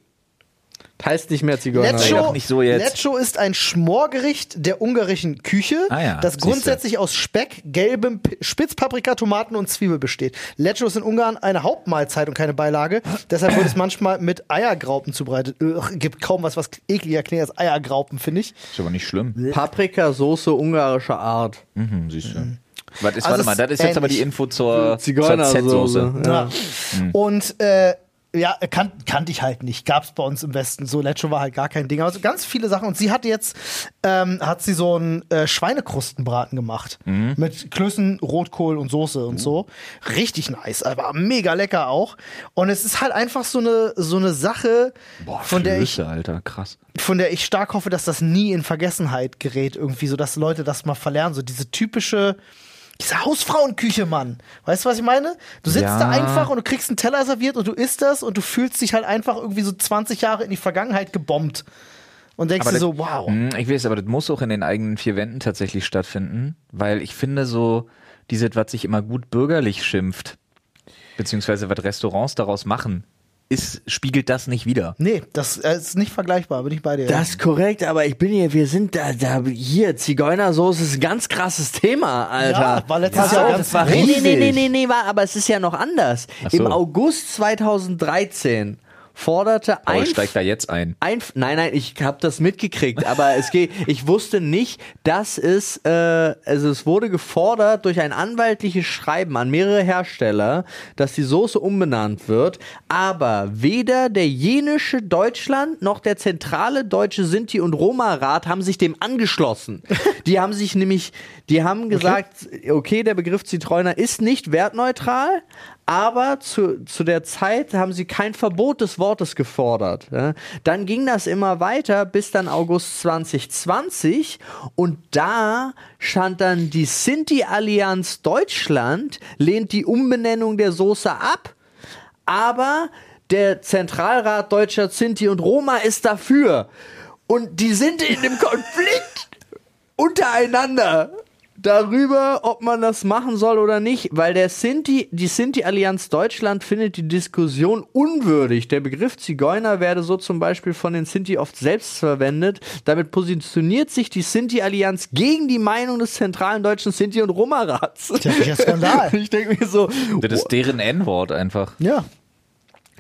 Speaker 3: Heißt nicht mehr
Speaker 1: Sei
Speaker 3: Zigeunersoße.
Speaker 1: doch nicht so jetzt.
Speaker 2: Lecho ist ein Schmorgericht der ungarischen Küche,
Speaker 1: Ah ja,
Speaker 2: das
Speaker 1: siehste.
Speaker 2: grundsätzlich aus Speck, gelbem P- Spitzpaprika, Tomaten und Zwiebel besteht. Lecho ist in Ungarn eine Hauptmahlzeit und keine Beilage. Deshalb wird es manchmal mit Eiergraupen zubereitet. Ugh, gibt kaum was, was ekliger klingt als Eiergraupen, finde ich.
Speaker 1: Ist aber nicht schlimm.
Speaker 3: Paprikasoße ungarischer Art.
Speaker 1: Mhm, siehst du. Was ist,
Speaker 2: Also
Speaker 1: warte
Speaker 2: es
Speaker 1: mal, das
Speaker 2: ist
Speaker 1: ist jetzt aber
Speaker 2: ähnlich.
Speaker 1: die Info zur, zur
Speaker 3: Zigeunersoße.
Speaker 1: Z-Soße.
Speaker 3: Ja.
Speaker 2: Und äh, Ja, kan kannte ich halt nicht. Gab's bei uns im Westen so. Lecho war halt gar kein Ding. Also ganz viele Sachen. Und sie hat jetzt, ähm, hat sie so einen äh, Schweinekrustenbraten gemacht. Mit Klößen, Rotkohl und Soße und so. Richtig nice. Aber mega lecker auch. Und es ist halt einfach so eine, so eine Sache, von der ich
Speaker 1: Flöße, Alter, krass.
Speaker 2: von der ich stark hoffe, dass das nie in Vergessenheit gerät, irgendwie, so dass Leute das mal verlernen. So diese typische, diese Hausfrauenküche, Mann. Weißt du, was ich meine? Du sitzt
Speaker 1: Ja.
Speaker 2: da einfach und du kriegst einen Teller serviert und du isst das und du fühlst dich halt einfach irgendwie so 20 Jahre in die Vergangenheit gebombt. Und denkst
Speaker 1: Aber
Speaker 2: dir
Speaker 1: das-
Speaker 2: so, wow.
Speaker 1: Hm, Ich weiß, aber das muss auch in den eigenen vier Wänden tatsächlich stattfinden, weil ich finde so, dieses, was sich immer gut bürgerlich schimpft, beziehungsweise was Restaurants daraus machen, ist, spiegelt das nicht wieder.
Speaker 2: Nee, das äh, ist nicht vergleichbar, bin ich bei dir.
Speaker 3: Das ist korrekt, aber ich bin hier, wir sind da, da hier, Zigeunersoße ist ein ganz krasses Thema, Alter.
Speaker 2: Ja, war letztes
Speaker 3: Pass
Speaker 2: Jahr
Speaker 3: auf,
Speaker 2: ganz
Speaker 3: das war nee,
Speaker 2: riesig.
Speaker 3: nee, nee, nee, nee, war, aber es ist ja noch anders.
Speaker 1: Ach so.
Speaker 3: Im August 2013 forderte
Speaker 1: Paul
Speaker 3: ein
Speaker 1: steigt da jetzt ein.
Speaker 3: ein, nein, nein, ich habe das mitgekriegt, aber es geht, ich wusste nicht, dass es, äh, also es wurde gefordert durch ein anwaltliches Schreiben an mehrere Hersteller, dass die Soße umbenannt wird, aber weder der jenische Deutschland noch der zentrale deutsche Sinti- und Roma-Rat haben sich dem angeschlossen. Die haben sich nämlich, die haben gesagt, okay, der Begriff Zitreuner ist nicht wertneutral, aber zu, zu der Zeit haben sie kein Verbot des Wortes gefordert. Ja. Dann ging das immer weiter bis dann August 2020 und da stand dann die Sinti-Allianz Deutschland lehnt die Umbenennung der Soße ab, aber der Zentralrat Deutscher Sinti und Roma ist dafür. Und die sind in dem Konflikt untereinander darüber, ob man das machen soll oder nicht, weil der Sinti, die Sinti-Allianz Deutschland findet die Diskussion unwürdig. Der Begriff Zigeuner werde so zum Beispiel von den Sinti oft selbst verwendet. Damit positioniert sich die Sinti-Allianz gegen die Meinung des zentralen deutschen Sinti- und Roma-Rats.
Speaker 2: Das ist ja Skandal.
Speaker 3: Ich denke mir so,
Speaker 1: Das ist deren N-Wort einfach.
Speaker 2: ja. Um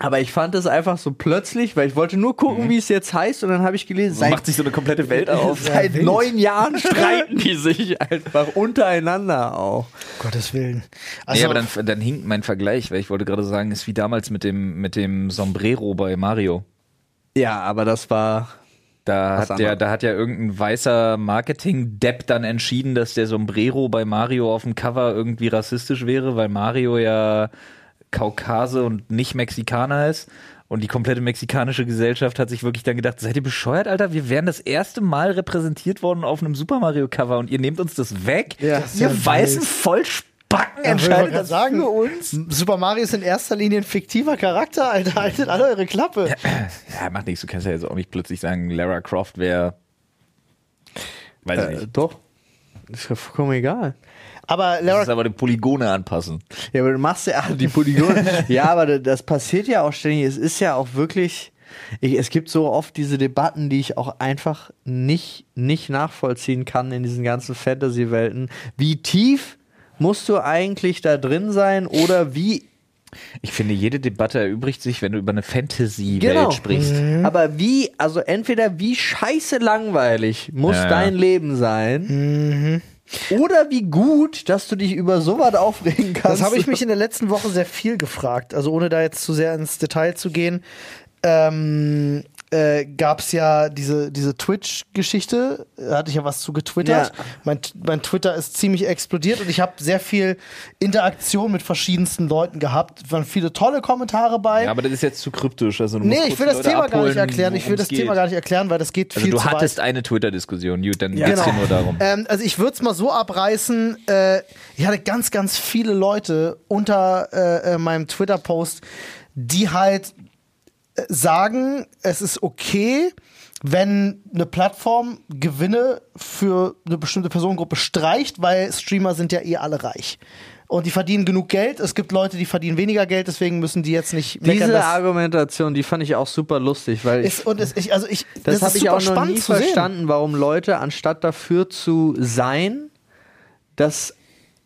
Speaker 3: aber ich fand das einfach so plötzlich, weil ich wollte nur gucken, wie es jetzt heißt und dann habe ich gelesen, seit,
Speaker 1: Mhm. Macht sich so eine komplette Welt auf.
Speaker 3: seit
Speaker 2: wild.
Speaker 3: neun Jahren streiten die sich einfach untereinander auch.
Speaker 2: Gottes Willen.
Speaker 1: Nee,
Speaker 2: Also,
Speaker 1: aber dann, dann hinkt mein Vergleich, weil ich wollte gerade sagen, ist wie damals mit dem, mit dem Sombrero bei Mario.
Speaker 3: Ja, aber das war.
Speaker 1: Da
Speaker 3: Was
Speaker 1: hat, ja,
Speaker 3: anderes.
Speaker 1: da hat ja irgendein weißer Marketing-Depp dann entschieden, dass der Sombrero bei Mario auf dem Cover irgendwie rassistisch wäre, weil Mario ja Kaukase und nicht Mexikaner ist. Und die komplette mexikanische Gesellschaft hat sich wirklich dann gedacht, seid ihr bescheuert, Alter? Wir wären das erste Mal repräsentiert worden auf einem Super Mario-Cover und ihr nehmt uns das weg?
Speaker 2: Ja,
Speaker 1: ihr
Speaker 2: das ist ja
Speaker 1: weißen
Speaker 2: wild.
Speaker 1: Vollspacken
Speaker 2: Ja, wollte ich
Speaker 1: entscheidet
Speaker 2: grad
Speaker 1: das
Speaker 2: sagen.
Speaker 1: für uns?
Speaker 2: Super Mario ist in erster Linie ein fiktiver Charakter, Alter. Haltet alle eure Klappe.
Speaker 1: Ja, macht nichts. Du kannst ja jetzt auch nicht plötzlich sagen, Lara Croft wäre... Weiß ich
Speaker 3: Äh,
Speaker 1: nicht.
Speaker 3: doch. Ist ja vollkommen egal.
Speaker 2: Aber Lara
Speaker 1: Das ist aber die Polygone anpassen.
Speaker 3: Ja, aber du machst ja ah, die Polygone. ja, aber da- das passiert ja auch ständig. Es ist ja auch wirklich. Ich, es gibt so oft diese Debatten, die ich auch einfach nicht, nicht nachvollziehen kann in diesen ganzen Fantasy-Welten. Wie tief musst du eigentlich da drin sein oder wie
Speaker 1: Ich finde, jede Debatte erübrigt sich, wenn du über eine Fantasy-Welt
Speaker 3: Genau.
Speaker 1: sprichst.
Speaker 2: Mhm.
Speaker 3: Aber wie, also entweder wie scheiße langweilig muss
Speaker 1: Ja, ja.
Speaker 3: dein Leben sein, oder wie gut, dass du dich über sowas aufregen kannst.
Speaker 2: Das habe ich mich in der letzten Woche sehr viel gefragt. Also ohne da jetzt zu sehr ins Detail zu gehen, ähm, äh, gab es ja diese, diese Twitch-Geschichte. Da hatte ich ja was zu getwittert.
Speaker 3: Ja.
Speaker 2: Mein, mein Twitter ist ziemlich explodiert und ich habe sehr viel Interaktion mit verschiedensten Leuten gehabt. Es waren viele tolle Kommentare bei.
Speaker 1: Ja, aber das ist jetzt zu kryptisch. Also du
Speaker 2: Nee,
Speaker 1: musst
Speaker 2: ich
Speaker 1: kurz
Speaker 2: will das
Speaker 1: Leute
Speaker 2: Thema gar
Speaker 1: abholen,
Speaker 2: nicht erklären. Ich will
Speaker 1: worum's
Speaker 2: das
Speaker 1: geht.
Speaker 2: Thema gar nicht erklären, weil das geht
Speaker 1: Also
Speaker 2: viel
Speaker 1: du
Speaker 2: zu weit.
Speaker 1: hattest eine Twitter-Diskussion, Gut, dann geht's
Speaker 2: Genau.
Speaker 1: hier nur darum.
Speaker 2: Ähm, also ich würde es mal so abreißen. Äh, ich hatte ganz, ganz viele Leute unter äh, äh, meinem Twitter-Post, die halt äh, sagen, es ist okay, wenn eine Plattform Gewinne für eine bestimmte Personengruppe streicht, weil Streamer sind ja eh alle reich. Und die verdienen genug Geld. Es gibt Leute, die verdienen weniger Geld, deswegen müssen die jetzt nicht meckern.
Speaker 3: Diese
Speaker 2: dass-
Speaker 3: Argumentation, die fand ich auch super lustig, weil ich,
Speaker 2: ist, und es, ich, also ich,
Speaker 3: das,
Speaker 2: ist
Speaker 3: habe ich
Speaker 2: super
Speaker 3: auch noch
Speaker 2: spannend
Speaker 3: nie
Speaker 2: zu sehen.
Speaker 3: verstanden, warum Leute anstatt dafür zu sein, dass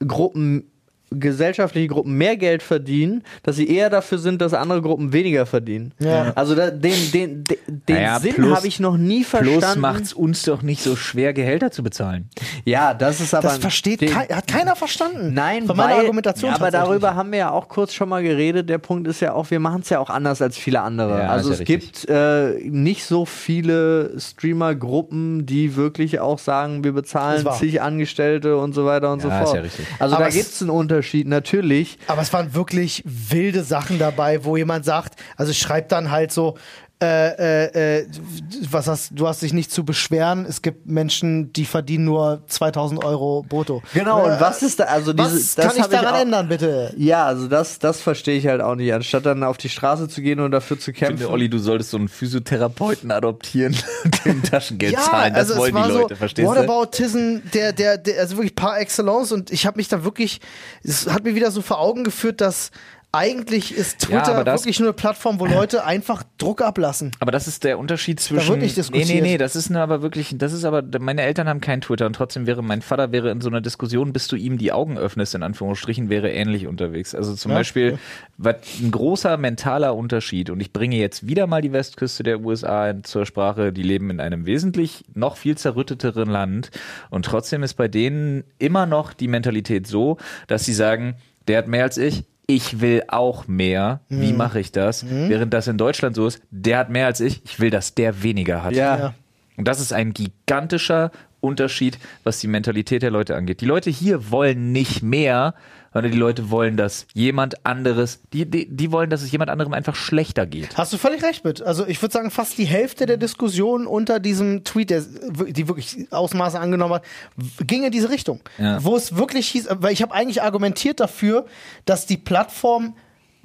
Speaker 3: Gruppen gesellschaftliche Gruppen mehr Geld verdienen, dass sie eher dafür sind, dass andere Gruppen weniger verdienen.
Speaker 2: Ja.
Speaker 3: Also da, den, den, den, den
Speaker 1: Naja,
Speaker 3: Sinn
Speaker 1: plus-
Speaker 3: habe ich noch nie verstanden.
Speaker 1: Plus macht's uns doch nicht so schwer, Gehälter zu bezahlen.
Speaker 3: ja, das ist aber
Speaker 2: Das versteht
Speaker 3: den,
Speaker 2: kei hat keiner verstanden.
Speaker 3: Nein,
Speaker 2: von meiner
Speaker 3: weil,
Speaker 2: Argumentation.
Speaker 3: Ja, aber
Speaker 2: tatsächlich.
Speaker 3: darüber haben wir ja auch kurz schon mal geredet. Der Punkt ist ja auch, wir machen es ja auch anders als viele andere.
Speaker 1: Ja,
Speaker 3: also
Speaker 1: ist
Speaker 3: es
Speaker 1: ja
Speaker 3: gibt äh, nicht so viele Streamer-Gruppen, die wirklich auch sagen, wir bezahlen
Speaker 2: Ist wahr.
Speaker 3: zig Angestellte und so weiter und so
Speaker 1: Ja, ist
Speaker 3: fort.
Speaker 1: ja richtig.
Speaker 3: Also
Speaker 2: Aber
Speaker 3: da
Speaker 2: es-
Speaker 3: gibt es einen Unterschied, natürlich.
Speaker 2: Aber es waren wirklich wilde Sachen dabei, wo jemand sagt, also schreibt dann halt so, äh, äh, äh, was hast, du hast dich nicht zu beschweren. Es gibt Menschen, die verdienen nur 2000 Euro brutto.
Speaker 3: Genau,
Speaker 2: Äh,
Speaker 3: und was ist da, also
Speaker 2: was
Speaker 3: diese, das
Speaker 2: kann ich
Speaker 3: hab
Speaker 2: daran
Speaker 3: auch,
Speaker 2: ändern, bitte?
Speaker 3: Ja, also das, das verstehe ich halt auch nicht. Anstatt dann auf die Straße zu gehen und dafür zu
Speaker 1: Ich finde,
Speaker 3: kämpfen.
Speaker 1: Olli, du solltest so einen Physiotherapeuten adoptieren und dem Taschengeld zahlen. Das
Speaker 2: also es
Speaker 1: wollen
Speaker 2: war
Speaker 1: die Leute,
Speaker 2: so,
Speaker 1: verstehst
Speaker 2: What
Speaker 1: du?
Speaker 2: about Tissen, der, der, der, also wirklich par excellence und ich habe mich da wirklich, es hat mir wieder so vor Augen geführt, dass eigentlich ist
Speaker 1: Ja,
Speaker 2: Twitter
Speaker 1: aber das-
Speaker 2: wirklich nur eine Plattform, wo Leute einfach Druck ablassen.
Speaker 1: Aber das ist der Unterschied zwischen.
Speaker 2: wird nicht diskutiert.
Speaker 1: Nee, nee, nee, das ist nur aber wirklich, das ist aber, meine Eltern haben keinen Twitter und trotzdem wäre, mein Vater wäre in so einer Diskussion, bis du ihm die Augen öffnest, in Anführungsstrichen, wäre ähnlich unterwegs. Also zum Beispiel, was ein großer mentaler Unterschied und ich bringe jetzt wieder mal die Westküste der USA in- zur Sprache, die leben in einem wesentlich noch viel zerrütteteren Land und trotzdem ist bei denen immer noch die Mentalität so, dass sie sagen, der hat mehr als ich, ich will auch mehr. Wie mache ich das? Während das in Deutschland so ist, der hat mehr als ich, ich will, dass der weniger hat.
Speaker 3: Ja.
Speaker 2: Ja.
Speaker 1: Und das ist ein gigantischer Unterschied, was die Mentalität der Leute angeht. Die Leute hier wollen nicht mehr, sondern die Leute wollen, dass jemand anderes, die, die, die wollen, dass es jemand anderem einfach schlechter geht.
Speaker 2: Hast du völlig recht mit. Also ich würde sagen, fast die Hälfte der Diskussion unter diesem Tweet, der, die wirklich Ausmaße angenommen hat, w- ging in diese Richtung.
Speaker 1: Ja.
Speaker 2: Wo es wirklich hieß, äh, weil ich habe eigentlich argumentiert dafür, dass die Plattform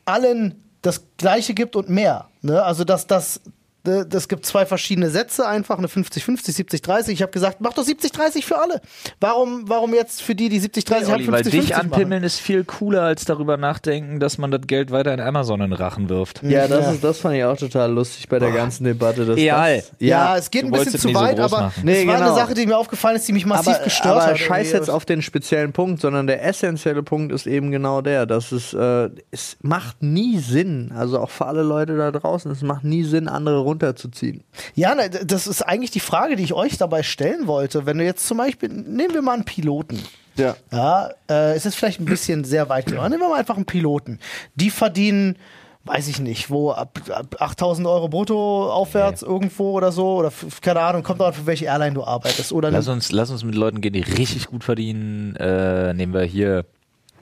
Speaker 2: allen das Gleiche gibt und mehr. Ne? Also dass das äh, das gibt zwei verschiedene Sätze einfach, eine 50-50, 70-30. Ich habe gesagt, mach doch 70-30 für alle. Warum, warum jetzt für die, die 70-30 haben,
Speaker 1: Olli, weil
Speaker 2: 50-50
Speaker 1: dich
Speaker 2: machen?
Speaker 1: anpimmeln ist viel cooler, als darüber nachdenken, dass man das Geld weiter in Amazon in den Rachen wirft.
Speaker 3: Ja, das,
Speaker 2: Ja.
Speaker 3: Ist, das fand ich auch total lustig bei der ganzen Debatte. Dass
Speaker 1: Egal.
Speaker 3: Das,
Speaker 2: Ja, es geht
Speaker 1: du
Speaker 2: ein
Speaker 1: wolltest
Speaker 2: bisschen
Speaker 1: es
Speaker 2: zu
Speaker 1: nicht so
Speaker 2: weit,
Speaker 1: groß
Speaker 2: aber
Speaker 1: machen.
Speaker 2: es
Speaker 3: Nee,
Speaker 2: war eine
Speaker 3: genau.
Speaker 2: Sache, die mir aufgefallen ist, die mich massiv
Speaker 3: aber,
Speaker 2: gestört
Speaker 3: aber
Speaker 2: hat.
Speaker 3: scheiß
Speaker 2: irgendwie.
Speaker 3: jetzt auf den speziellen Punkt, sondern der essentielle Punkt ist eben genau der, dass es, äh, es macht nie Sinn, also auch für alle Leute da draußen, es macht nie Sinn, andere runterzuziehen.
Speaker 2: Ja, ne, d- das ist eigentlich die Frage, die ich euch dabei stellen wollte. Wenn du jetzt zum Beispiel, nehmen wir mal einen Piloten.
Speaker 3: Ja.
Speaker 2: Ja, äh, es ist vielleicht ein bisschen sehr weit gegangen. Nehmen wir mal einfach einen Piloten. Die verdienen, weiß ich nicht, wo ab, ab 8000 Euro brutto aufwärts irgendwo oder so. Oder f- keine Ahnung, kommt auch an, für welche Airline du arbeitest. Oder
Speaker 1: Lass uns, lass uns mit Leuten gehen, die richtig gut verdienen. Äh, nehmen wir hier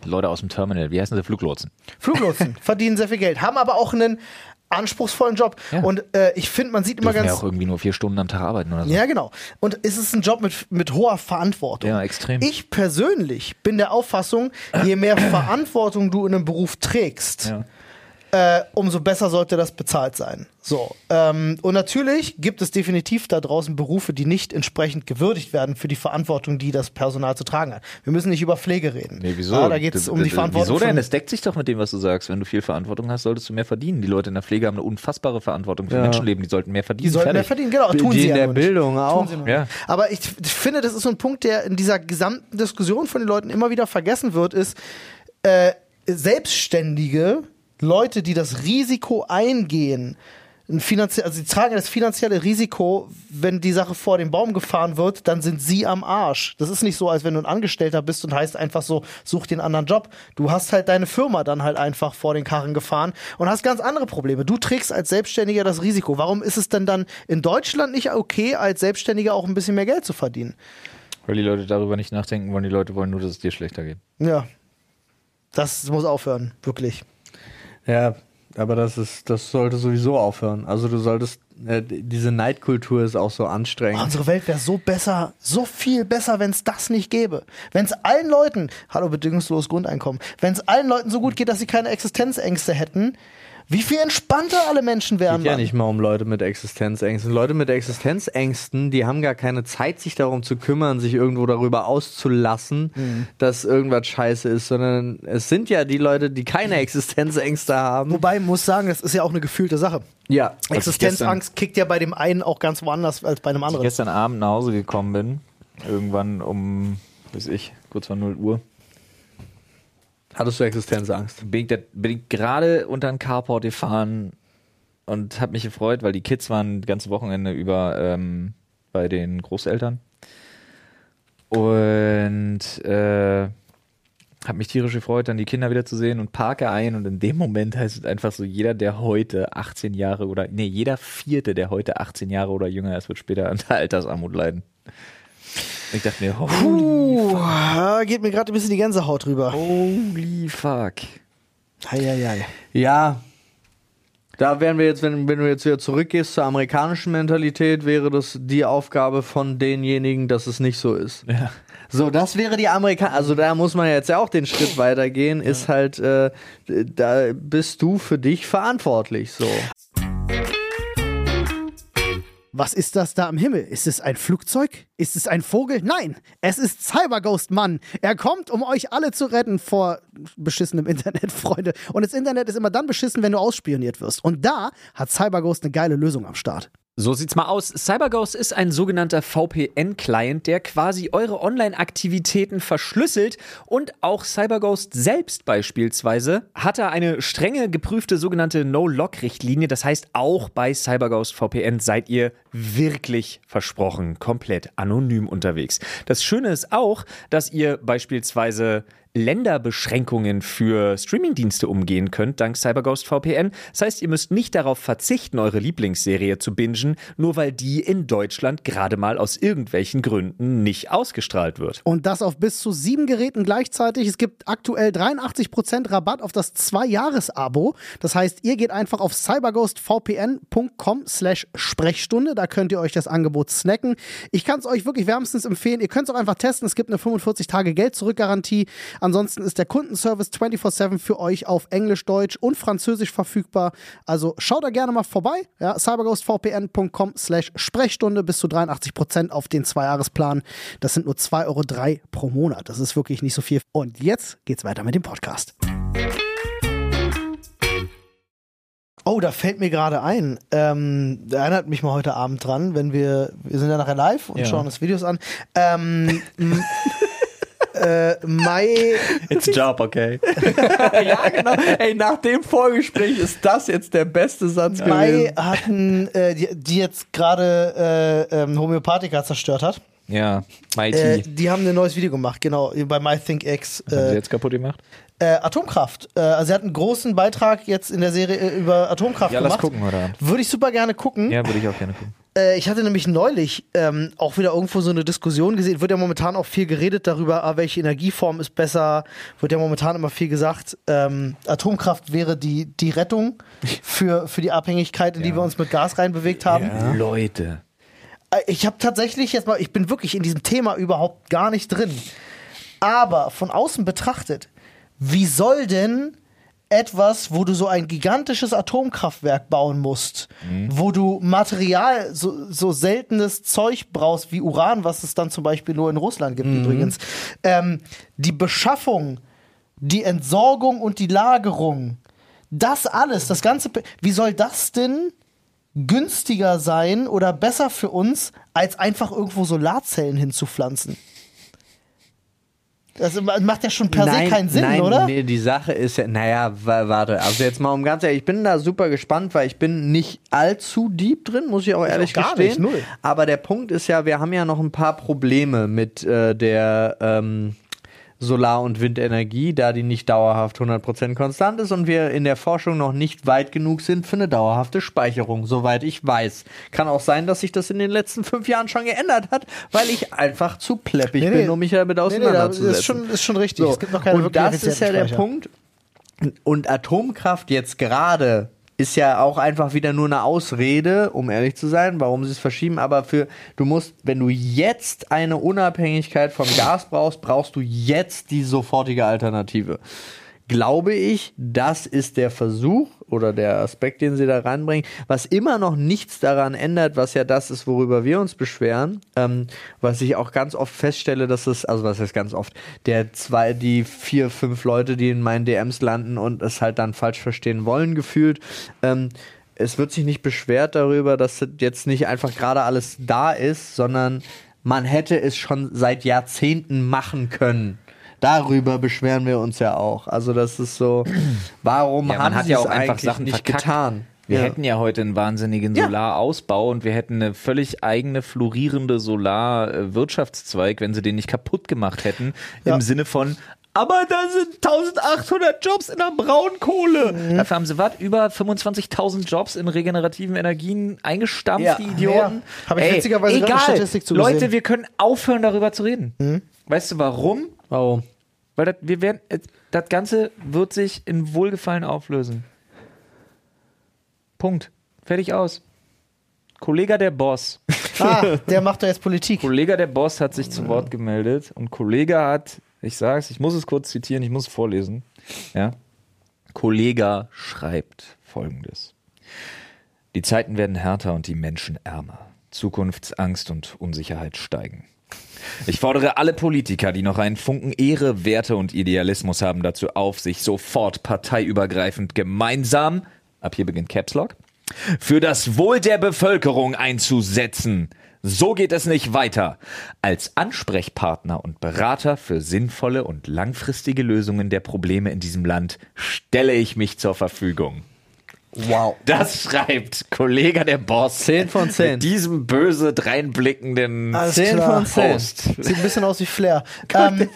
Speaker 1: Leute aus dem Terminal. Wie heißen sie? Fluglotsen.
Speaker 2: Fluglotsen verdienen sehr viel Geld, haben aber auch einen anspruchsvollen Job.
Speaker 1: Ja.
Speaker 2: Und äh, ich finde, man sieht immer
Speaker 1: Dürfen
Speaker 2: ganz.
Speaker 1: ja auch irgendwie nur vier Stunden am Tag arbeiten oder so.
Speaker 2: Ja, genau. Und es ist ein Job mit, mit hoher Verantwortung.
Speaker 1: Ja, extrem.
Speaker 2: Ich persönlich bin der Auffassung, je mehr Verantwortung du in einem Beruf trägst,
Speaker 1: Ja.
Speaker 2: äh, umso besser sollte das bezahlt sein. So. Ähm, und natürlich gibt es definitiv da draußen Berufe, die nicht entsprechend gewürdigt werden für die Verantwortung, die das Personal zu tragen hat. Wir müssen nicht über Pflege reden.
Speaker 1: Nee, wieso?
Speaker 2: Ja, da geht es
Speaker 1: D-
Speaker 2: um
Speaker 1: d-
Speaker 2: die Verantwortung.
Speaker 1: Wieso denn?
Speaker 2: von-
Speaker 1: Das deckt sich doch mit dem, was du sagst. Wenn du viel Verantwortung hast, solltest du mehr verdienen. Die Leute in der Pflege haben eine unfassbare Verantwortung für
Speaker 3: Ja.
Speaker 1: Menschenleben. Die sollten mehr verdienen.
Speaker 2: Die sollten mehr
Speaker 1: Fertig.
Speaker 2: verdienen, genau. Tun
Speaker 3: die
Speaker 2: sie
Speaker 3: in
Speaker 2: ja
Speaker 3: der
Speaker 2: nur nicht.
Speaker 3: Bildung auch.
Speaker 2: sie nur.
Speaker 1: Ja.
Speaker 2: Aber ich, ich finde, das ist so ein Punkt, der in dieser gesamten Diskussion von den Leuten immer wieder vergessen wird, ist äh, Selbstständige, Leute, die das Risiko eingehen, ein finanzie- also sie tragen das finanzielle Risiko, wenn die Sache vor den Baum gefahren wird, dann sind sie am Arsch. Das ist nicht so, als wenn du ein Angestellter bist und heißt einfach so, such den anderen Job. Du hast halt deine Firma dann halt einfach vor den Karren gefahren und hast ganz andere Probleme. Du trägst als Selbstständiger das Risiko. Warum ist es denn dann in Deutschland nicht okay, als Selbstständiger auch ein bisschen mehr Geld zu verdienen?
Speaker 1: Weil die Leute darüber nicht nachdenken wollen. Die Leute wollen nur, dass es dir schlechter geht.
Speaker 2: Ja. Das muss aufhören, wirklich.
Speaker 3: Ja, aber das ist, das sollte sowieso aufhören. Also du solltest, äh, d- diese Neidkultur ist auch so
Speaker 2: Oh,
Speaker 3: anstrengend.
Speaker 2: unsere Welt wäre so besser, so viel besser, wenn es das nicht gäbe. Wenn es allen Leuten, hallo bedingungsloses Grundeinkommen, wenn es allen Leuten so gut geht, dass sie keine Existenzängste hätten, wie viel entspannter alle Menschen wären.
Speaker 3: Geht ja
Speaker 2: Mann.
Speaker 3: nicht mal um Leute mit Existenzängsten. Leute mit Existenzängsten, die haben gar keine Zeit, sich darum zu kümmern, sich irgendwo darüber auszulassen, dass irgendwas scheiße ist, sondern es sind ja die Leute, die keine Existenzängste haben.
Speaker 2: Wobei, muss sagen, das ist ja auch eine gefühlte Sache.
Speaker 3: Ja.
Speaker 1: ich
Speaker 2: Existenzangst kickt ja bei dem einen auch ganz woanders als bei einem
Speaker 1: Als ich
Speaker 2: anderen.
Speaker 1: gestern Abend nach Hause gekommen bin, irgendwann um, weiß ich, kurz vor 0 Uhr,
Speaker 3: Hattest du Existenzangst?
Speaker 1: bin ich, da, bin ich gerade unter den Carport gefahren und habe mich gefreut, weil die Kids waren das ganze Wochenende über ähm, bei den Großeltern. Und äh, habe mich tierisch gefreut, dann die Kinder wieder zu sehen und parke ein. Und in dem Moment heißt es einfach so, jeder, der heute 18 Jahre oder, nee, jeder Vierte, der heute 18 Jahre oder jünger ist, wird später an der Altersarmut leiden. Ich dachte mir, holy,
Speaker 2: Uh, ah, geht mir gerade ein bisschen die Gänsehaut rüber.
Speaker 1: holy fuck.
Speaker 2: Eieiei.
Speaker 3: Ja. Da wären wir jetzt, wenn, wenn du jetzt wieder zurückgehst zur amerikanischen Mentalität, wäre das die Aufgabe von denjenigen, dass es nicht so ist.
Speaker 1: Ja.
Speaker 3: So, das wäre die Amerikaner. Also da muss man jetzt ja auch den Schritt weitergehen. Ist halt, äh, da bist du für dich verantwortlich. So.
Speaker 2: Was ist das da am Himmel? Ist es ein Flugzeug? Ist es ein Vogel? Nein, es ist Cyberghost Mann. Er kommt, um euch alle zu retten vor beschissenem Internet, Freunde. Und das Internet ist immer dann beschissen, wenn du ausspioniert wirst. Und da hat Cyberghost eine geile Lösung am Start.
Speaker 4: So sieht's mal aus. CyberGhost ist ein sogenannter VPN-Client, der quasi eure Online-Aktivitäten verschlüsselt und auch CyberGhost selbst beispielsweise hat da eine strenge geprüfte sogenannte No-Log-Richtlinie. Das heißt, auch bei CyberGhost VPN seid ihr wirklich versprochen, komplett anonym unterwegs. Das Schöne ist auch, dass ihr beispielsweise Länderbeschränkungen für Streamingdienste umgehen könnt, dank CyberGhost VPN. Das heißt, ihr müsst nicht darauf verzichten, eure Lieblingsserie zu bingen, nur weil die in Deutschland gerade mal aus irgendwelchen Gründen nicht ausgestrahlt wird.
Speaker 2: Und das auf bis zu sieben Geräten gleichzeitig. Es gibt aktuell 83% Rabatt auf das Zwei-Jahres-Abo. Das heißt, ihr geht einfach auf cyberghostvpn.com slash Sprechstunde. Da könnt ihr euch das Angebot snacken. Ich kann es euch wirklich wärmstens empfehlen. Ihr könnt es auch einfach testen. Es gibt eine 45-Tage-Geld-Zurück-Garantie. Ansonsten ist der Kundenservice 24-7 für euch auf Englisch, Deutsch und Französisch verfügbar. Also schaut da gerne mal vorbei. Ja, cyberghostvpn.com slash Sprechstunde bis zu 83% auf den Zweijahresplan. Das sind nur 2,03 Euro pro Monat. Das ist wirklich nicht so viel. Und jetzt geht's weiter mit dem Podcast. Oh, da fällt mir gerade ein. Ähm, da erinnert mich mal heute Abend dran, wenn wir, wir sind ja nachher live und
Speaker 1: Ja.
Speaker 2: schauen uns Videos an. Ähm, m- äh, Mai,
Speaker 1: It's a job, okay.
Speaker 3: ja, genau. Ey, nach dem Vorgespräch ist das jetzt der beste Satz
Speaker 2: Mai hatten, äh, die, die jetzt gerade äh, ähm, Homöopathika zerstört hat.
Speaker 1: Ja, Mighty.
Speaker 2: Äh,
Speaker 1: Haben
Speaker 2: die haben ein neues Video gemacht, genau, bei MyThinkX.
Speaker 1: sie
Speaker 2: Äh,
Speaker 1: jetzt kaputt gemacht?
Speaker 2: äh, Atomkraft. Äh, also, sie hat einen großen Beitrag jetzt in der Serie äh, über Atomkraft
Speaker 1: Ja, lass
Speaker 2: gemacht.
Speaker 1: gucken heute Abend.
Speaker 2: Würde ich super gerne gucken.
Speaker 1: Ja, würde ich auch gerne gucken.
Speaker 2: Äh, ich hatte nämlich neulich ähm, auch wieder irgendwo so eine Diskussion gesehen. Wird ja momentan auch viel geredet darüber, ah, welche Energieform ist besser. Wird ja momentan immer viel gesagt. Ähm, Atomkraft wäre die, die Rettung für, für die Abhängigkeit, in die wir uns mit Gas reinbewegt haben.
Speaker 1: Leute.
Speaker 2: Äh, Ich habe tatsächlich jetzt mal, ich bin wirklich in diesem Thema überhaupt gar nicht drin. Aber von außen betrachtet, wie soll denn etwas, wo du so ein gigantisches Atomkraftwerk bauen musst, wo du Material, so, so seltenes Zeug brauchst wie Uran, was es dann zum Beispiel nur in Russland gibt
Speaker 3: Mhm.
Speaker 2: übrigens, ähm, die Beschaffung, die Entsorgung und die Lagerung, das alles, das ganze, Pe- wie soll das denn günstiger sein oder besser für uns, als einfach irgendwo Solarzellen hinzupflanzen. Das macht ja schon per se keinen Sinn,
Speaker 3: nein,
Speaker 2: oder?
Speaker 3: Nee, die Sache ist ja, naja, wa- warte, also jetzt mal um ganz ehrlich, ich bin da super gespannt, weil ich bin nicht allzu deep drin, muss ich auch ehrlich
Speaker 2: gar
Speaker 3: gestehen.
Speaker 2: nicht, null.
Speaker 3: Aber der Punkt ist ja, wir haben ja noch ein paar Probleme mit äh, der ähm, Solar- und Windenergie, da die nicht dauerhaft 100% konstant ist und wir in der Forschung noch nicht weit genug sind für eine dauerhafte Speicherung, soweit ich weiß. Kann auch sein, dass sich das in den letzten fünf Jahren schon geändert hat, weil ich einfach zu pleppig
Speaker 2: Nee, nee.
Speaker 3: bin, um mich damit
Speaker 2: Nee, nee, da-
Speaker 3: auseinanderzusetzen.
Speaker 2: ist, schon, ist schon richtig.
Speaker 3: So.
Speaker 2: Es gibt noch keine
Speaker 3: und
Speaker 2: wirklich
Speaker 3: das ist ja
Speaker 2: effizienten
Speaker 3: der
Speaker 2: Speicher.
Speaker 3: Punkt. Und Atomkraft jetzt gerade ist ja auch einfach wieder nur eine Ausrede, um ehrlich zu sein, warum sie es verschieben. Aber für du musst, wenn du jetzt eine Unabhängigkeit vom Gas brauchst, brauchst du jetzt die sofortige Alternative. Glaube ich, das ist der Versuch oder der Aspekt, den sie da reinbringen, was immer noch nichts daran ändert, was ja das ist, worüber wir uns beschweren, ähm, was ich auch ganz oft feststelle, dass es, also was heißt ganz oft, der zwei, die vier, fünf Leute, die in meinen DMs landen und es halt dann falsch verstehen wollen, gefühlt, ähm, es wird sich nicht beschwert darüber, dass das jetzt nicht einfach gerade alles da ist, sondern man hätte es schon seit Jahrzehnten machen können. Darüber beschweren wir uns ja auch. Also das ist so, warum
Speaker 1: Ja, man
Speaker 3: haben
Speaker 1: hat
Speaker 3: sie
Speaker 1: ja auch
Speaker 3: es
Speaker 1: einfach
Speaker 3: eigentlich
Speaker 1: Sachen
Speaker 3: nicht
Speaker 1: verkackt.
Speaker 3: getan?
Speaker 1: Wir
Speaker 3: ja.
Speaker 1: hätten ja heute einen wahnsinnigen
Speaker 3: Ja.
Speaker 1: Solarausbau und wir hätten eine völlig eigene florierende Solarwirtschaftszweig, wenn sie den nicht kaputt gemacht hätten. Im Sinne von, aber da sind 1800 Jobs in der Braunkohle.
Speaker 2: Mhm.
Speaker 1: Dafür haben sie was? Über 25.000 Jobs in regenerativen Energien eingestampft,
Speaker 3: Ja.
Speaker 1: die Idioten.
Speaker 2: Ja. Hab ich witzigerweise gerade
Speaker 1: egal.
Speaker 2: eine Statistik Mhm. zu
Speaker 1: Leute,
Speaker 2: gesehen.
Speaker 1: wir können aufhören, darüber zu reden. Weißt du warum?
Speaker 3: Warum?
Speaker 1: Weil das, wir werden, äh, das Ganze wird sich in Wohlgefallen auflösen. Punkt. Fertig aus. Kollega der Boss.
Speaker 2: Ah, der macht doch jetzt Politik.
Speaker 1: Kollega der Boss hat sich zu Wort gemeldet und Kollege hat, ich sag's, ich muss es kurz zitieren, ich muss es vorlesen. Ja. Kollega schreibt folgendes. Die Zeiten werden härter und die Menschen ärmer. Zukunftsangst und Unsicherheit steigen. Ich fordere alle Politiker, die noch einen Funken Ehre, Werte und Idealismus haben, dazu auf, sich sofort parteiübergreifend gemeinsam, ab hier beginnt Caps Lock, für das Wohl der Bevölkerung einzusetzen. So geht es nicht weiter. Als Ansprechpartner und Berater für sinnvolle und langfristige Lösungen der Probleme in diesem Land stelle ich mich zur Verfügung.
Speaker 3: Wow.
Speaker 1: Das schreibt Kollege der Boss.
Speaker 3: 10 von 10.
Speaker 1: Mit diesem böse dreinblickenden
Speaker 2: Alles
Speaker 3: Zehn
Speaker 2: klar.
Speaker 3: von zehn.
Speaker 1: Host.
Speaker 2: Sieht ein bisschen aus wie Flair. ähm,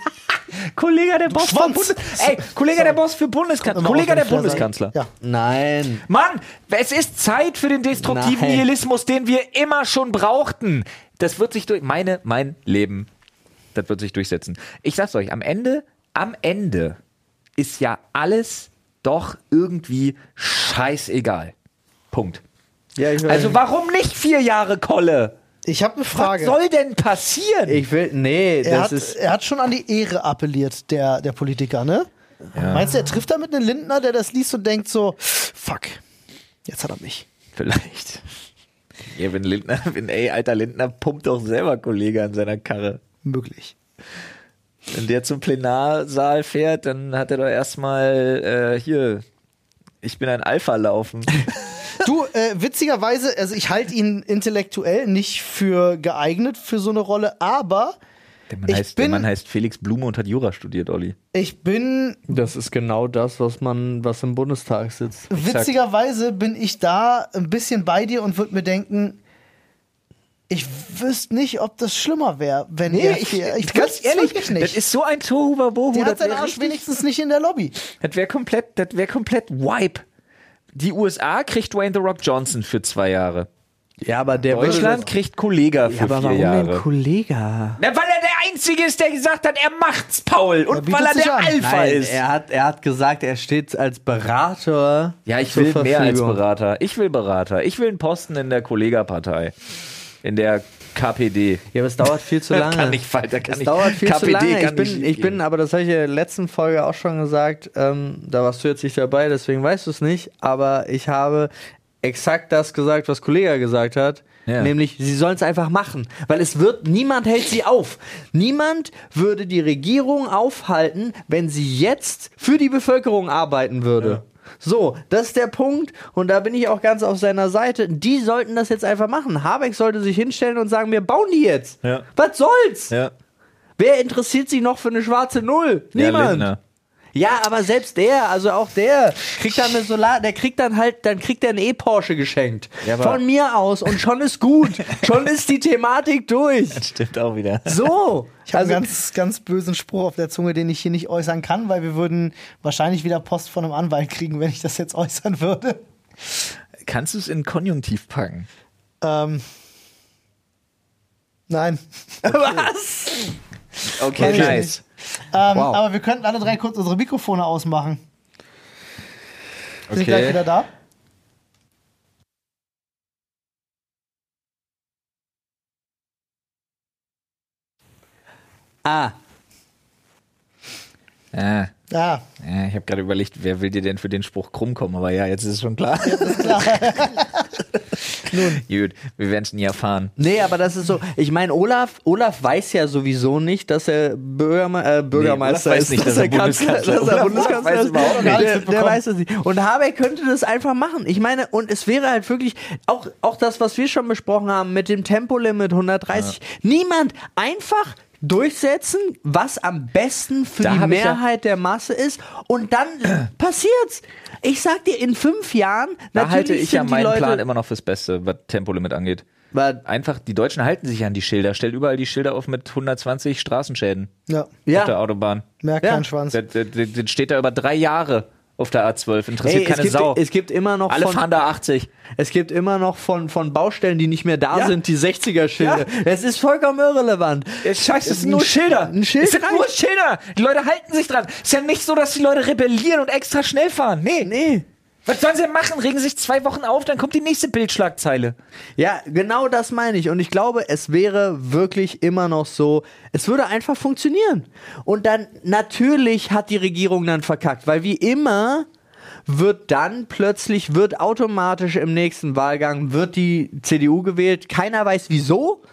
Speaker 1: Kollege der Boss
Speaker 2: Schwanz.
Speaker 1: für Bundes Ey, Kollege der Boss für Bundeskanzler. Kollege der Bundeskanzler.
Speaker 2: Ja.
Speaker 3: Nein.
Speaker 1: Mann, es ist Zeit für den destruktiven
Speaker 3: Nein.
Speaker 1: Nihilismus, den wir immer schon brauchten. Das wird sich durch meine mein Leben, das wird sich durchsetzen. Ich sag's euch, am Ende, am Ende ist ja alles doch irgendwie scheißegal. Punkt.
Speaker 3: Ja, ich will,
Speaker 1: Also warum nicht vier Jahre Kolle?
Speaker 2: Ich habe eine
Speaker 1: Was
Speaker 2: Frage.
Speaker 1: soll denn passieren?
Speaker 3: ich will, nee,
Speaker 2: er,
Speaker 3: das
Speaker 2: hat,
Speaker 3: ist,
Speaker 2: er hat schon an die Ehre appelliert, der, der Politiker, ne? Meinst du, er trifft damit einen Lindner, der das liest und denkt so, fuck, jetzt hat er mich.
Speaker 1: Vielleicht. Ja, wenn Lindner, wenn, ey, alter Lindner pumpt doch selber Kollege an seiner Karre.
Speaker 2: Möglich.
Speaker 1: Wenn der zum Plenarsaal fährt, dann hat er doch erstmal äh, hier, ich bin ein Alpha laufen.
Speaker 2: Du, äh, witzigerweise, also ich halte ihn intellektuell nicht für geeignet für so eine Rolle, aber
Speaker 1: Der Mann,
Speaker 2: Ich
Speaker 1: heißt, der
Speaker 2: bin-
Speaker 1: Mann heißt Felix Blume und hat Jura studiert, Olli.
Speaker 2: ich bin,
Speaker 3: das ist genau das, was man, was im Bundestag sitzt.
Speaker 2: witzigerweise bin ich da ein bisschen bei dir und würde mir denken, ich wüsste nicht, ob das schlimmer wäre, wenn er hier, wüsste's wirklich nicht.
Speaker 1: das ist so ein Tohuwabohu.
Speaker 2: Der
Speaker 1: das
Speaker 2: hat seinen
Speaker 1: wär
Speaker 2: Arsch
Speaker 1: richtig-
Speaker 2: wenigstens nicht in der Lobby.
Speaker 1: Das wäre komplett, das wäre komplett wipe. Die USA kriegt Dwayne The Rock Johnson für zwei Jahre.
Speaker 3: Ja, aber der würde
Speaker 1: Deutschland kriegt Kollega für
Speaker 3: das,
Speaker 1: vier
Speaker 3: aber warum
Speaker 1: Jahre.
Speaker 3: denn Kollega?
Speaker 1: Na, weil er der Einzige ist, der gesagt hat, er macht's, Paul. Und
Speaker 2: bietet
Speaker 1: weil er
Speaker 2: sich
Speaker 1: der
Speaker 2: an.
Speaker 1: Alpha
Speaker 3: Nein,
Speaker 1: ist.
Speaker 3: er hat, er hat gesagt, er steht als Berater.
Speaker 1: ja, ich
Speaker 3: zur
Speaker 1: will mehr als
Speaker 3: Verfügung.
Speaker 1: Berater. Ich will Berater. Ich will einen Posten in der Kollegapartei. In der KPD.
Speaker 3: Ja, aber es dauert viel zu
Speaker 1: Da
Speaker 3: lange.
Speaker 1: kann ich fal- da kann
Speaker 3: es
Speaker 1: ich-
Speaker 3: dauert viel zu
Speaker 1: KPD
Speaker 3: lange. Ich
Speaker 1: kann nicht
Speaker 3: bin, ich
Speaker 1: schiefgehen.
Speaker 3: bin, aber das habe ich ja in der letzten Folge auch schon gesagt. Ähm, da warst du jetzt nicht dabei, deswegen weißt du es nicht. Aber ich habe exakt das gesagt, was Kollega gesagt hat.
Speaker 1: Ja.
Speaker 3: Nämlich, sie sollen es einfach machen. Weil es wird, niemand hält sie auf. Niemand würde die Regierung aufhalten, wenn sie jetzt für die Bevölkerung arbeiten würde. So, das ist der Punkt und da bin ich auch ganz auf seiner Seite. Die sollten das jetzt einfach machen. Habeck sollte sich hinstellen und sagen, wir bauen die jetzt.
Speaker 1: Ja.
Speaker 3: Was soll's?
Speaker 1: Ja.
Speaker 3: Wer interessiert sich noch für eine schwarze Null? Niemand. Ja,
Speaker 1: Lindner.
Speaker 3: aber selbst der, also auch der, kriegt dann eine Solar, der kriegt dann halt, dann kriegt er einen E-Porsche geschenkt.
Speaker 1: Ja, aber-
Speaker 3: Von mir aus und schon ist gut. schon ist die Thematik durch.
Speaker 1: Das stimmt auch wieder.
Speaker 3: So. Also,
Speaker 2: Ich
Speaker 1: Also
Speaker 2: habe einen ganz, ganz bösen Spruch auf der Zunge, den ich hier nicht äußern kann, weil wir würden wahrscheinlich wieder Post von einem Anwalt kriegen, wenn ich das jetzt äußern würde.
Speaker 1: Kannst du es in Konjunktiv packen?
Speaker 2: Ähm, nein.
Speaker 3: was?
Speaker 1: Okay,
Speaker 2: Okay.
Speaker 1: nice.
Speaker 2: Ähm,
Speaker 3: Wow.
Speaker 2: Aber wir könnten alle drei kurz unsere Mikrofone ausmachen. Sind wir gleich wieder
Speaker 1: Okay.
Speaker 2: da?
Speaker 3: Ah,
Speaker 1: Ah,
Speaker 2: Ja.
Speaker 1: ja, ich habe gerade überlegt, wer will dir denn für den Spruch krumm kommen? Aber ja, jetzt ist es schon klar. Gut, wir werden es nie erfahren.
Speaker 3: Nee, aber das ist so. Ich meine, Olaf, Olaf weiß ja sowieso nicht, dass er Bürgerme äh, Bürgermeister
Speaker 1: Olaf weiß
Speaker 3: ist,
Speaker 1: nicht, dass er
Speaker 3: Kanzler-
Speaker 1: Bundeskanzler
Speaker 3: dass er
Speaker 1: ist.
Speaker 3: Bundeskanzler
Speaker 1: Weiß
Speaker 3: ist.
Speaker 1: überhaupt
Speaker 2: nicht.
Speaker 3: Der, der weiß es nicht. Und Habeck könnte das einfach machen. Ich meine, und es wäre halt wirklich auch, auch das, was wir schon besprochen haben mit dem Tempolimit 130. Niemand einfach durchsetzen, was am besten für
Speaker 4: Da
Speaker 3: die
Speaker 4: hab ich ja-
Speaker 3: Mehrheit der Masse ist und dann passiert's. Ich sag dir, in fünf Jahren,
Speaker 1: Da halte
Speaker 3: natürlich
Speaker 1: ich ja
Speaker 3: sind die
Speaker 1: meinen
Speaker 3: Leute-
Speaker 1: Plan immer noch fürs Beste, was Tempolimit angeht.
Speaker 3: Weil-
Speaker 1: Einfach, die Deutschen halten sich an die Schilder. Stellt überall die Schilder auf mit 120 Straßenschäden
Speaker 2: Ja,
Speaker 1: auf der
Speaker 3: ja.
Speaker 1: Autobahn.
Speaker 2: merkt
Speaker 3: Ja.
Speaker 2: keinen Schwanz.
Speaker 1: Das, das, das das steht da über drei Jahre auf der A12. Interessiert
Speaker 3: Ey, es,
Speaker 1: keine
Speaker 3: gibt,
Speaker 1: Sau.
Speaker 3: es gibt immer noch
Speaker 1: Alle
Speaker 3: von,
Speaker 1: fahren da 80.
Speaker 3: Es gibt immer noch von, von Baustellen, die nicht mehr da
Speaker 1: Ja.
Speaker 3: sind, die 60er-Schilder. Es ist vollkommen irrelevant.
Speaker 1: Scheiße, es
Speaker 3: sind nur Schilder.
Speaker 1: Ein Schild
Speaker 3: Es sind nur
Speaker 1: Schilder. Die Leute halten sich dran. Ist ja nicht so, dass die Leute rebellieren und extra schnell fahren. Nee.
Speaker 3: Nee.
Speaker 1: Was sollen sie denn machen? Regen sich zwei Wochen auf, dann kommt die nächste Bildschlagzeile.
Speaker 3: Ja, genau das meine ich. Und ich glaube, es wäre wirklich immer noch so, es würde einfach funktionieren. Und dann, natürlich hat die Regierung dann verkackt, weil wie immer wird dann plötzlich, wird automatisch im nächsten Wahlgang, wird die CDU gewählt. Keiner weiß wieso.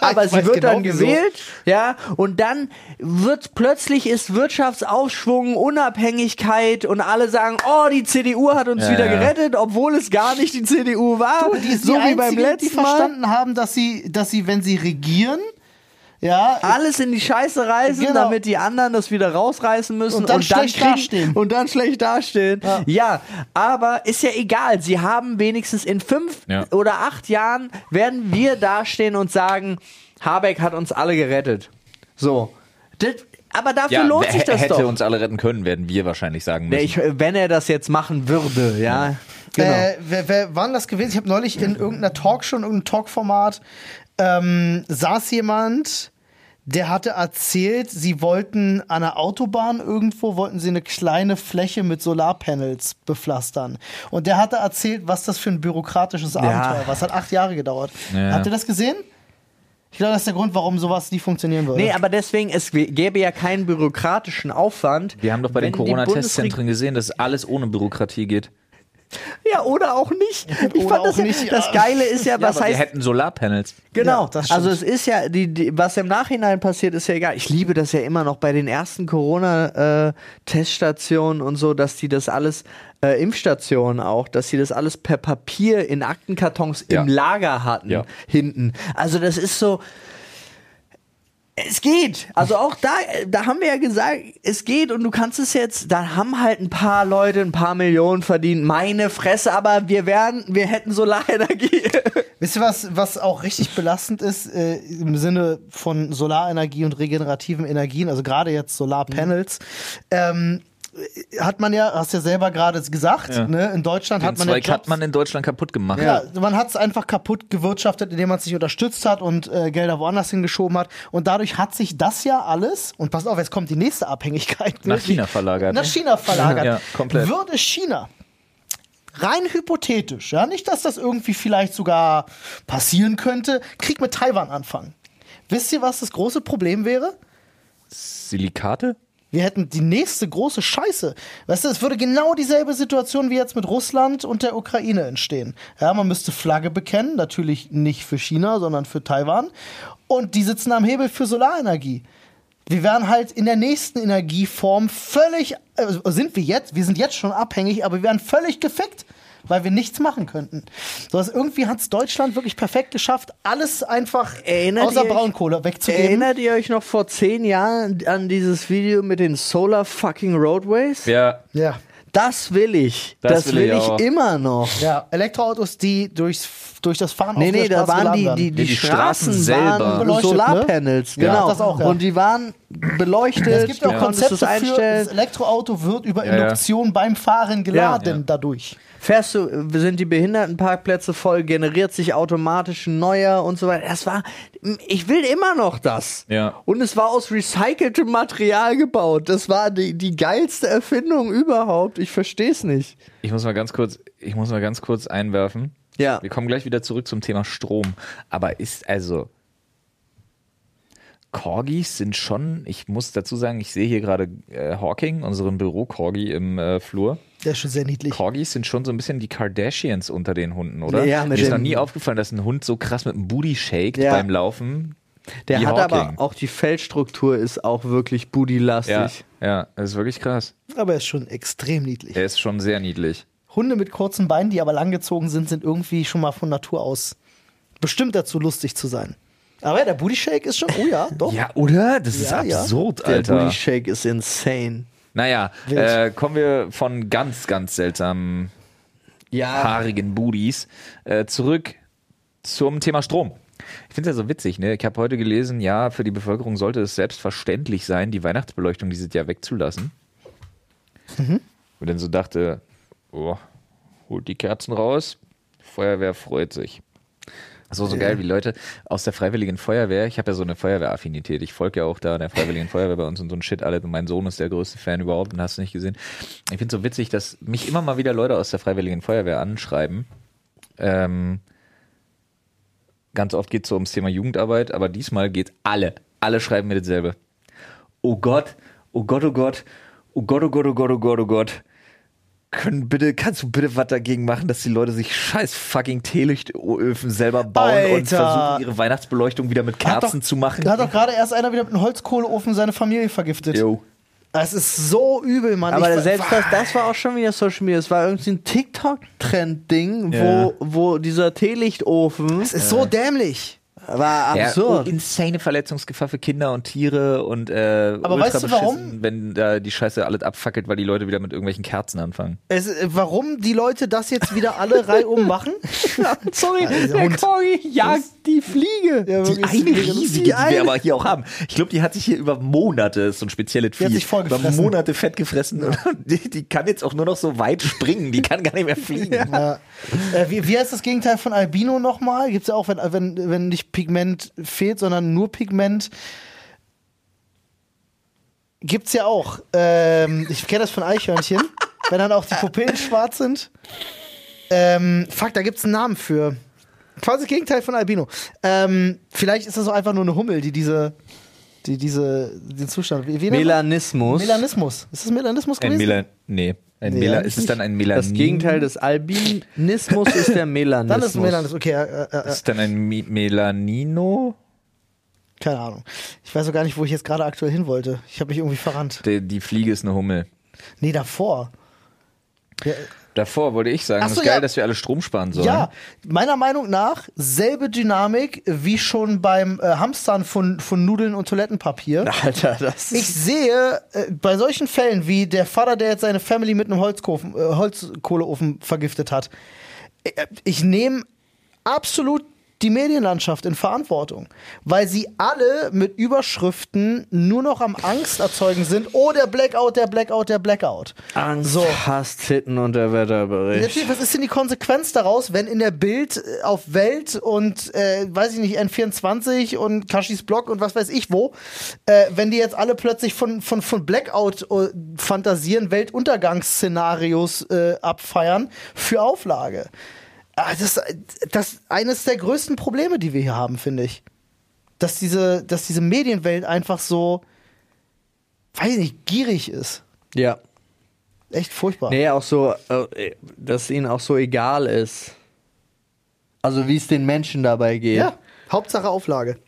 Speaker 3: aber
Speaker 2: ich
Speaker 3: sie
Speaker 2: weiß
Speaker 3: wird
Speaker 2: genau,
Speaker 3: dann
Speaker 2: wieso.
Speaker 3: gewählt, ja, und dann wird plötzlich ist Wirtschaftsaufschwung, Unabhängigkeit und alle sagen, oh, die CDU hat uns
Speaker 1: Ja,
Speaker 3: wieder
Speaker 1: ja.
Speaker 3: gerettet, obwohl es gar nicht die CDU war.
Speaker 2: Du, die ist
Speaker 3: so
Speaker 2: die
Speaker 3: wie
Speaker 2: einzige,
Speaker 3: beim
Speaker 2: die
Speaker 3: letzten Mal.
Speaker 2: verstanden haben, dass sie, dass sie, wenn sie regieren, ja, äh,
Speaker 3: Alles in die Scheiße reißen,
Speaker 2: Genau.
Speaker 3: damit die anderen das wieder rausreißen müssen
Speaker 2: Und dann schlecht
Speaker 3: kriegen-
Speaker 2: dastehen.
Speaker 3: Und dann schlecht dastehen. Ja.
Speaker 2: Ja.
Speaker 3: aber ist ja egal. Sie haben wenigstens in fünf
Speaker 1: Ja.
Speaker 3: oder acht Jahren werden wir dastehen und sagen, Habeck hat uns alle gerettet. So. Das, aber dafür lohnt sich das
Speaker 1: hätte
Speaker 3: doch.
Speaker 1: uns alle retten können, werden wir wahrscheinlich sagen
Speaker 3: Nee,
Speaker 1: müssen.
Speaker 3: ich, wenn er das jetzt machen würde, ja. Genau.
Speaker 2: Äh, wer, wer war denn das gewesen? Ich habe neulich in irgendeiner Talkshow, in irgendeinem Talkformat, ähm, saß jemand, der hatte erzählt, sie wollten an der Autobahn irgendwo, wollten sie eine kleine Fläche mit Solarpanels bepflastern. Und der hatte erzählt, was das für ein bürokratisches Abenteuer war. Es hat acht Jahre gedauert.
Speaker 1: Ja.
Speaker 2: Habt ihr das gesehen? Ich glaube, das ist der Grund, warum sowas nie funktionieren würde.
Speaker 3: Nee, aber deswegen, es gäbe ja keinen bürokratischen Aufwand.
Speaker 1: wir haben doch bei den
Speaker 3: wenn die
Speaker 1: Corona-Testzentren gesehen, dass alles ohne Bürokratie geht.
Speaker 3: Ja, oder auch nicht. Ich
Speaker 2: Oder
Speaker 3: fand das,
Speaker 2: auch
Speaker 3: ja,
Speaker 2: nicht,
Speaker 3: das
Speaker 2: ja.
Speaker 3: Geile ist ja, was
Speaker 1: aber wir
Speaker 3: heißt.
Speaker 1: hätten Solarpanels.
Speaker 3: Genau,
Speaker 2: Ja, das stimmt.
Speaker 3: also es ist ja, die, die, was im Nachhinein passiert, ist ja egal. Ich liebe das ja immer noch bei den ersten Corona-Teststationen und so, dass die das alles, äh, Impfstationen auch, dass die das alles per Papier in Aktenkartons
Speaker 1: Ja.
Speaker 3: im Lager hatten,
Speaker 1: Ja.
Speaker 3: hinten. Also das ist so, es geht. Also auch da, da haben wir ja gesagt, es geht und du kannst es jetzt, da haben halt ein paar Leute ein paar Millionen verdient. Meine Fresse, aber wir wären, wir hätten Solarenergie.
Speaker 2: Wisst ihr was, was auch richtig belastend ist äh, im Sinne von Solarenergie und regenerativen Energien, also gerade jetzt Solarpanels, ähm, hat man ja, hast ja selber gerade gesagt, ne, in Deutschland
Speaker 1: Den
Speaker 2: hat man ja
Speaker 1: Zweig
Speaker 2: Jobs,
Speaker 1: hat man in Deutschland kaputt gemacht.
Speaker 2: ja, Also man hat es einfach kaputt gewirtschaftet, indem man es nicht unterstützt hat und äh, Gelder woanders hingeschoben hat. Und dadurch hat sich das ja alles, und pass auf, jetzt kommt die nächste Abhängigkeit.
Speaker 1: Nach
Speaker 2: ne,
Speaker 1: China
Speaker 2: die-
Speaker 1: verlagert.
Speaker 2: Nach China verlagert.
Speaker 1: Ja, komplett.
Speaker 2: Würde China rein hypothetisch, ja, nicht, dass das irgendwie vielleicht sogar passieren könnte, Krieg mit Taiwan anfangen. Wisst ihr, was das große Problem wäre?
Speaker 1: Silikate?
Speaker 2: Wir hätten die nächste große Scheiße. Weißt du, es würde genau dieselbe Situation wie jetzt mit Russland und der Ukraine entstehen. Ja, man müsste Flagge bekennen, natürlich nicht für China, sondern für Taiwan. Und die sitzen am Hebel für Solarenergie. Wir wären halt in der nächsten Energieform völlig, äh, sind wir jetzt, wir sind jetzt schon abhängig, aber wir wären völlig gefickt, weil wir nichts machen könnten. So was, irgendwie hat es Deutschland wirklich perfekt geschafft, alles einfach
Speaker 3: Erinnert
Speaker 2: außer
Speaker 3: ihr euch-
Speaker 2: Braunkohle wegzugeben.
Speaker 3: Erinnert ihr euch noch vor zehn Jahren an dieses Video mit den Solar fucking Roadways?
Speaker 1: Ja.
Speaker 2: ja.
Speaker 3: Das will ich. Das, will, ich,
Speaker 1: auch.
Speaker 3: immer noch.
Speaker 2: Ja, Elektroautos, die durchs, durch das Fahren
Speaker 3: Nee,
Speaker 2: auf der
Speaker 3: nee, da
Speaker 2: Straße
Speaker 3: waren
Speaker 2: geladen
Speaker 3: die, die,
Speaker 2: werden.
Speaker 3: die,
Speaker 1: Nee, die Straßen
Speaker 3: Straßen, waren
Speaker 1: selber.
Speaker 2: Beleuchtet, ne?
Speaker 3: Solarpanels,
Speaker 2: Ja,
Speaker 3: genau.
Speaker 2: das auch, ja.
Speaker 3: Und die waren beleuchtet.
Speaker 2: Es gibt auch
Speaker 3: du konntest
Speaker 2: Konzepte
Speaker 3: das
Speaker 2: für,
Speaker 3: einstellen.
Speaker 2: das Elektroauto wird über
Speaker 1: Ja, ja.
Speaker 2: Induktion beim Fahren geladen
Speaker 1: Ja.
Speaker 2: dadurch.
Speaker 3: Fährst du, sind die Behindertenparkplätze voll, generiert sich automatisch ein neuer und so weiter. Das war, ich will immer noch das.
Speaker 1: Ja.
Speaker 3: Und es war aus recyceltem Material gebaut. Das war die, die geilste Erfindung überhaupt. Ich versteh's nicht.
Speaker 1: Ich muss mal ganz kurz, ich muss mal ganz kurz einwerfen.
Speaker 3: Ja.
Speaker 1: Wir kommen gleich wieder zurück zum Thema Strom. Aber ist also. Corgis sind schon, ich muss dazu sagen, ich sehe hier gerade äh, Hawking, unseren Büro-Corgi im äh, Flur.
Speaker 2: Der ist schon sehr niedlich.
Speaker 1: Corgis sind schon so ein bisschen die Kardashians unter den Hunden, oder?
Speaker 3: Ja, mit
Speaker 1: Mir ist noch
Speaker 3: dem-
Speaker 1: nie aufgefallen, dass ein Hund so krass mit dem Booty shaked
Speaker 3: Ja.
Speaker 1: beim Laufen.
Speaker 3: Der
Speaker 1: wie
Speaker 3: hat
Speaker 1: Hawking.
Speaker 3: aber auch die Feldstruktur ist auch wirklich
Speaker 1: Ja,
Speaker 3: bootylastig.
Speaker 1: ja, das ist wirklich krass.
Speaker 2: Aber er ist schon extrem niedlich.
Speaker 1: Er ist schon sehr niedlich.
Speaker 2: Hunde mit kurzen Beinen, die aber langgezogen sind, sind irgendwie schon mal von Natur aus bestimmt dazu lustig zu sein. Aber der Booty Shake ist schon, oh ja, doch.
Speaker 1: Ja, oder? Das ist
Speaker 2: Ja, ja.
Speaker 1: absurd,
Speaker 3: Der
Speaker 1: Alter.
Speaker 3: Booty Shake ist insane.
Speaker 1: Naja,
Speaker 2: Wild.
Speaker 1: äh, kommen wir von ganz, ganz seltsamen
Speaker 3: Ja.
Speaker 1: haarigen Booties äh, zurück zum Thema Strom. Ich finde es ja so witzig, ne? Ich habe heute gelesen, ja, für die Bevölkerung sollte es selbstverständlich sein, die Weihnachtsbeleuchtung dieses Jahr wegzulassen. Und dann so dachte, oh, holt die Kerzen raus, Feuerwehr freut sich. So, so geil wie Leute aus der Freiwilligen Feuerwehr. Ich habe ja so eine Feuerwehraffinität. Ich folge ja auch da der Freiwilligen Feuerwehr bei uns und so ein Shit alle. Und mein Sohn ist der größte Fan überhaupt und hast du nicht gesehen. Ich finde es so witzig, dass mich immer mal wieder Leute aus der Freiwilligen Feuerwehr anschreiben. Ähm, ganz oft geht es so ums Thema Jugendarbeit, aber diesmal geht alle. Alle schreiben mir dasselbe. Oh Gott, oh Gott, oh Gott, oh Gott, oh Gott, oh Gott, oh Gott, oh Gott. Können bitte, kannst du bitte was dagegen machen, dass die Leute sich scheiß fucking Teelichtöfen selber bauen und
Speaker 2: Alter.
Speaker 1: versuchen, ihre Weihnachtsbeleuchtung wieder mit
Speaker 2: Hat doch-
Speaker 1: Kerzen zu machen?
Speaker 2: Da hat doch gerade erst einer wieder mit einem Holzkohleofen seine Familie vergiftet.
Speaker 1: Jo.
Speaker 2: Das ist so übel, Mann.
Speaker 3: Aber
Speaker 2: Ich-
Speaker 3: selbst das, das war auch schon wieder Social Media. Es war irgendwie ein TikTok-Trend-Ding, wo, wo dieser Teelichtofen
Speaker 2: das ist so dämlich.
Speaker 3: war
Speaker 1: Ja,
Speaker 3: absurd.
Speaker 1: oh, insane Verletzungsgefahr für Kinder und Tiere und äh,
Speaker 2: Aber
Speaker 1: ultra
Speaker 2: weißt du, warum?
Speaker 1: beschissen, wenn da die Scheiße alles abfackelt, weil die Leute wieder mit irgendwelchen Kerzen anfangen.
Speaker 2: Es, äh, warum die Leute das jetzt wieder alle reihum machen?
Speaker 4: Sorry,
Speaker 2: der Hund.
Speaker 4: Corgi jagt die Fliege.
Speaker 2: Ja,
Speaker 1: Die
Speaker 2: wirklich,
Speaker 1: eine
Speaker 2: das ist-
Speaker 1: riesige,
Speaker 2: die
Speaker 1: die wir
Speaker 2: eine-
Speaker 1: aber hier auch haben. Ich glaube, die hat sich hier über Monate, ist so ein spezielles Vieh,
Speaker 2: hat sich voll
Speaker 1: über
Speaker 2: gefressen.
Speaker 1: Monate fett gefressen. Und die, die kann jetzt auch nur noch so weit springen. Die kann gar nicht mehr fliegen.
Speaker 2: Ja. Äh, wie, wie heißt das Gegenteil von Albino nochmal? Gibt es ja auch, wenn, wenn, wenn nicht Pigment fehlt, sondern nur Pigment. Gibt's ja auch. Ähm, ich kenne das von Eichhörnchen. wenn dann auch die Pupillen schwarz sind. Ähm, fuck, da gibt's einen Namen für. Quasi das Gegenteil von Albino. Ähm, vielleicht ist das auch einfach nur eine Hummel, die diese, die diese, den Zustand. Wie, wie nennt man-
Speaker 3: Melanismus.
Speaker 2: Melanismus. Ist das Melanismus
Speaker 1: Ein
Speaker 2: gewesen?
Speaker 1: Mela, nee, ein
Speaker 2: Nee,
Speaker 1: Mela,
Speaker 2: eigentlich
Speaker 1: ist es dann ein Melanin?
Speaker 3: das Gegenteil des Albinismus ist der Melanismus.
Speaker 2: dann ist es Melanismus. Okay, äh, äh, äh,
Speaker 1: Ist es dann ein Mi Melanino?
Speaker 2: Keine Ahnung. Ich weiß auch gar nicht, wo ich jetzt gerade aktuell hin wollte. Ich habe mich irgendwie verrannt.
Speaker 1: Die, die Fliege ist eine Hummel.
Speaker 2: Nee, davor. Ja,
Speaker 1: Davor wollte ich sagen,
Speaker 2: Ach
Speaker 1: es
Speaker 2: so,
Speaker 1: ist geil,
Speaker 2: ja.
Speaker 1: dass wir alle Strom sparen sollen.
Speaker 2: ja, meiner Meinung nach selbe Dynamik wie schon beim äh, Hamstern von, von Nudeln und Toilettenpapier.
Speaker 3: Alter, das
Speaker 2: Ich sehe äh, bei solchen Fällen wie der Vater, der jetzt seine Family mit einem Holzkofen, äh, Holzkohleofen vergiftet hat. Äh, Ich nehme absolut die Medienlandschaft in Verantwortung, weil sie alle mit Überschriften nur noch am Angst erzeugen sind. Oh, der Blackout, der Blackout, der Blackout.
Speaker 3: Angst,
Speaker 2: So.
Speaker 3: Hass, Titten und der Wetterbericht.
Speaker 2: Natürlich, was ist denn die Konsequenz daraus, wenn in der Bild äh, auf Welt und äh, weiß ich nicht, N24 und Kashis Blog und was weiß ich wo, äh, wenn die jetzt alle plötzlich von, von, von Blackout äh, fantasieren, Weltuntergangsszenarios äh, abfeiern für Auflage? Ah, Das, das ist eines der größten Probleme, die wir hier haben, finde ich. Dass diese, dass diese Medienwelt einfach so, weiß ich nicht, gierig ist.
Speaker 3: Ja.
Speaker 2: Echt furchtbar.
Speaker 3: Nee, auch so, äh, dass ihnen auch so egal ist. Also wie es den Menschen dabei geht.
Speaker 2: Ja, Hauptsache Auflage.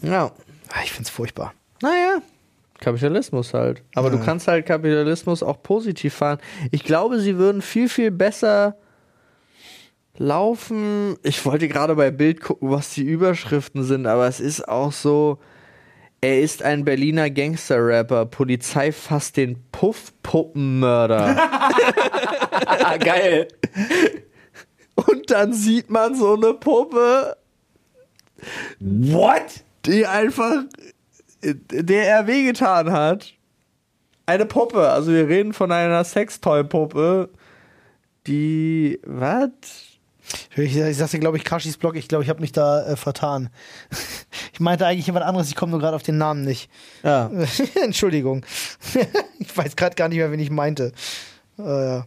Speaker 3: ja.
Speaker 2: Ah, Ich find's furchtbar.
Speaker 3: Naja. Kapitalismus halt. Aber du kannst halt Kapitalismus auch positiv fahren. Ich glaube, sie würden viel, viel besser laufen. Ich wollte gerade bei Bild gucken, was die Überschriften sind, aber es ist auch so. Er ist ein Berliner Gangster-Rapper. Polizei fasst den Puff-Puppenmörder.
Speaker 1: Ah, geil.
Speaker 3: Und dann sieht man so eine Puppe,
Speaker 1: What?
Speaker 3: die einfach, äh, der er wehgetan hat. Eine Puppe, also wir reden von einer Sextoy-Puppe, die, was?
Speaker 2: Ich, ich sagte, glaube ich, Kashis Blog. Ich glaube, ich habe mich da äh, vertan. Ich meinte eigentlich jemand anderes. Ich komme nur gerade auf den Namen nicht.
Speaker 3: Ja.
Speaker 2: Entschuldigung. ich weiß gerade gar nicht mehr, wen ich meinte. Äh,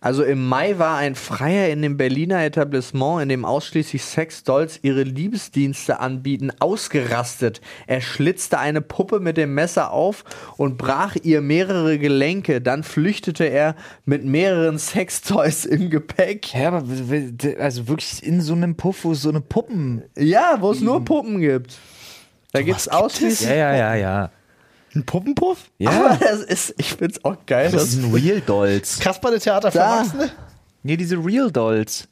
Speaker 3: Also im Mai war ein Freier in dem Berliner Etablissement, in dem ausschließlich Sexdolls ihre Liebesdienste anbieten, ausgerastet. Er schlitzte eine Puppe mit dem Messer auf und brach ihr mehrere Gelenke. Dann flüchtete er mit mehreren Sextoys im Gepäck.
Speaker 1: Ja, aber w- w- also wirklich in so einem Puff, wo es so eine Puppen.
Speaker 3: Ja, wo es nur Puppen gibt. Da Hm. gibt es ausschließlich.
Speaker 1: ja, ja, ja.
Speaker 2: ein Puppenpuff?
Speaker 3: Aber das ist, ich find's auch geil.
Speaker 1: Das
Speaker 3: Dass,
Speaker 1: sind Real Dolls.
Speaker 2: Kasperle Theater für
Speaker 3: Da.
Speaker 2: Erwachsene?
Speaker 1: Nee, diese Real Dolls.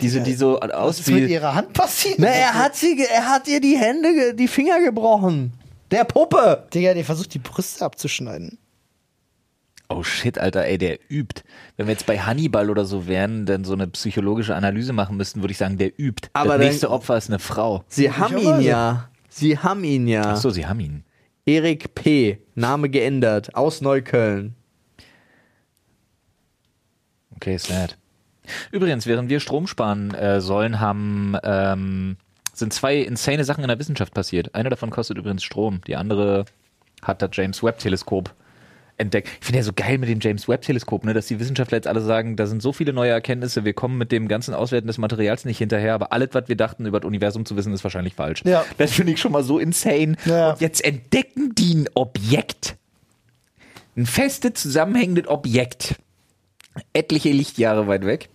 Speaker 1: Diese, die so
Speaker 2: Was
Speaker 1: aus
Speaker 2: ist mit
Speaker 1: wie.
Speaker 2: ihrer Hand passiert?
Speaker 3: Na, er hat sie, ge- er hat ihr die Hände, ge- die Finger gebrochen. Der Puppe.
Speaker 2: Digga, der versucht die Brüste abzuschneiden.
Speaker 1: Oh shit, Alter, ey, der übt. Wenn wir jetzt bei Hannibal oder so wären, dann so eine psychologische Analyse machen müssten, würde ich sagen, der übt.
Speaker 3: Aber dann-
Speaker 1: das nächste Opfer ist eine Frau.
Speaker 3: Sie haben ihn
Speaker 2: weiß.
Speaker 3: ja. Sie haben ihn ja.
Speaker 1: Achso, sie haben ihn.
Speaker 3: Erik P. Name geändert. Aus Neukölln.
Speaker 1: Okay, sad. Übrigens, während wir Strom sparen äh, sollen, haben, ähm, sind zwei insane Sachen in der Wissenschaft passiert. Eine davon kostet übrigens Strom, die andere hat das James Webb Teleskop entdeckt. Ich finde ja so geil mit dem James Webb Teleskop, ne, dass die Wissenschaftler jetzt alle sagen, da sind so viele neue Erkenntnisse, wir kommen mit dem ganzen Auswerten des Materials nicht hinterher, aber alles, was wir dachten über das Universum zu wissen, ist wahrscheinlich falsch.
Speaker 2: Ja.
Speaker 1: Das finde ich schon mal so insane.
Speaker 2: Ja.
Speaker 1: Und jetzt entdecken die ein Objekt. Ein festes, zusammenhängendes Objekt etliche Lichtjahre weit weg,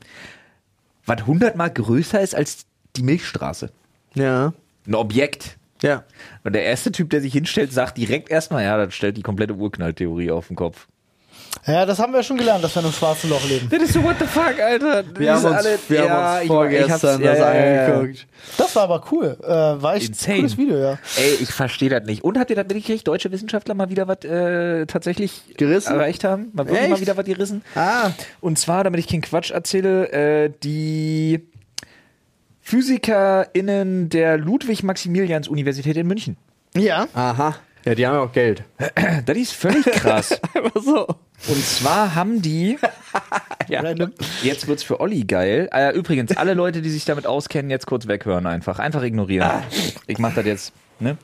Speaker 1: was hundertmal größer ist als die Milchstraße.
Speaker 3: Ja.
Speaker 1: Ein Objekt.
Speaker 3: Ja.
Speaker 1: Und der erste Typ, der sich hinstellt, sagt direkt erstmal, ja, das stellt die komplette Urknalltheorie auf den Kopf.
Speaker 2: Ja, das haben wir schon gelernt, dass wir in einem schwarzen Loch leben.
Speaker 1: Das ist so, what the fuck, Alter.
Speaker 3: Wir haben uns, wir haben uns vorgestern das angeguckt.
Speaker 2: Das war aber cool. Äh, war echt
Speaker 1: Insane.
Speaker 2: ein cooles Video, ja.
Speaker 1: Ey, ich verstehe das nicht. Und habt ihr das mitgekriegt, deutsche Wissenschaftler mal wieder was äh, tatsächlich
Speaker 3: Gerissen?
Speaker 1: erreicht haben? Mal, wirklich mal
Speaker 3: Echt?
Speaker 1: wieder was gerissen?
Speaker 3: Ah.
Speaker 1: Und zwar, damit ich keinen Quatsch erzähle, äh, die PhysikerInnen der Ludwig-Maximilians-Universität in München.
Speaker 2: Ja.
Speaker 3: Aha. Ja, die haben ja auch Geld.
Speaker 1: Äh, Das ist völlig krass.
Speaker 3: Einfach so.
Speaker 1: Und zwar haben die,
Speaker 2: Random.
Speaker 1: jetzt wird's für Olli geil. Ah, ja, übrigens, alle Leute, die sich damit auskennen, jetzt kurz weghören einfach. Einfach ignorieren. Ich mach das jetzt, ne?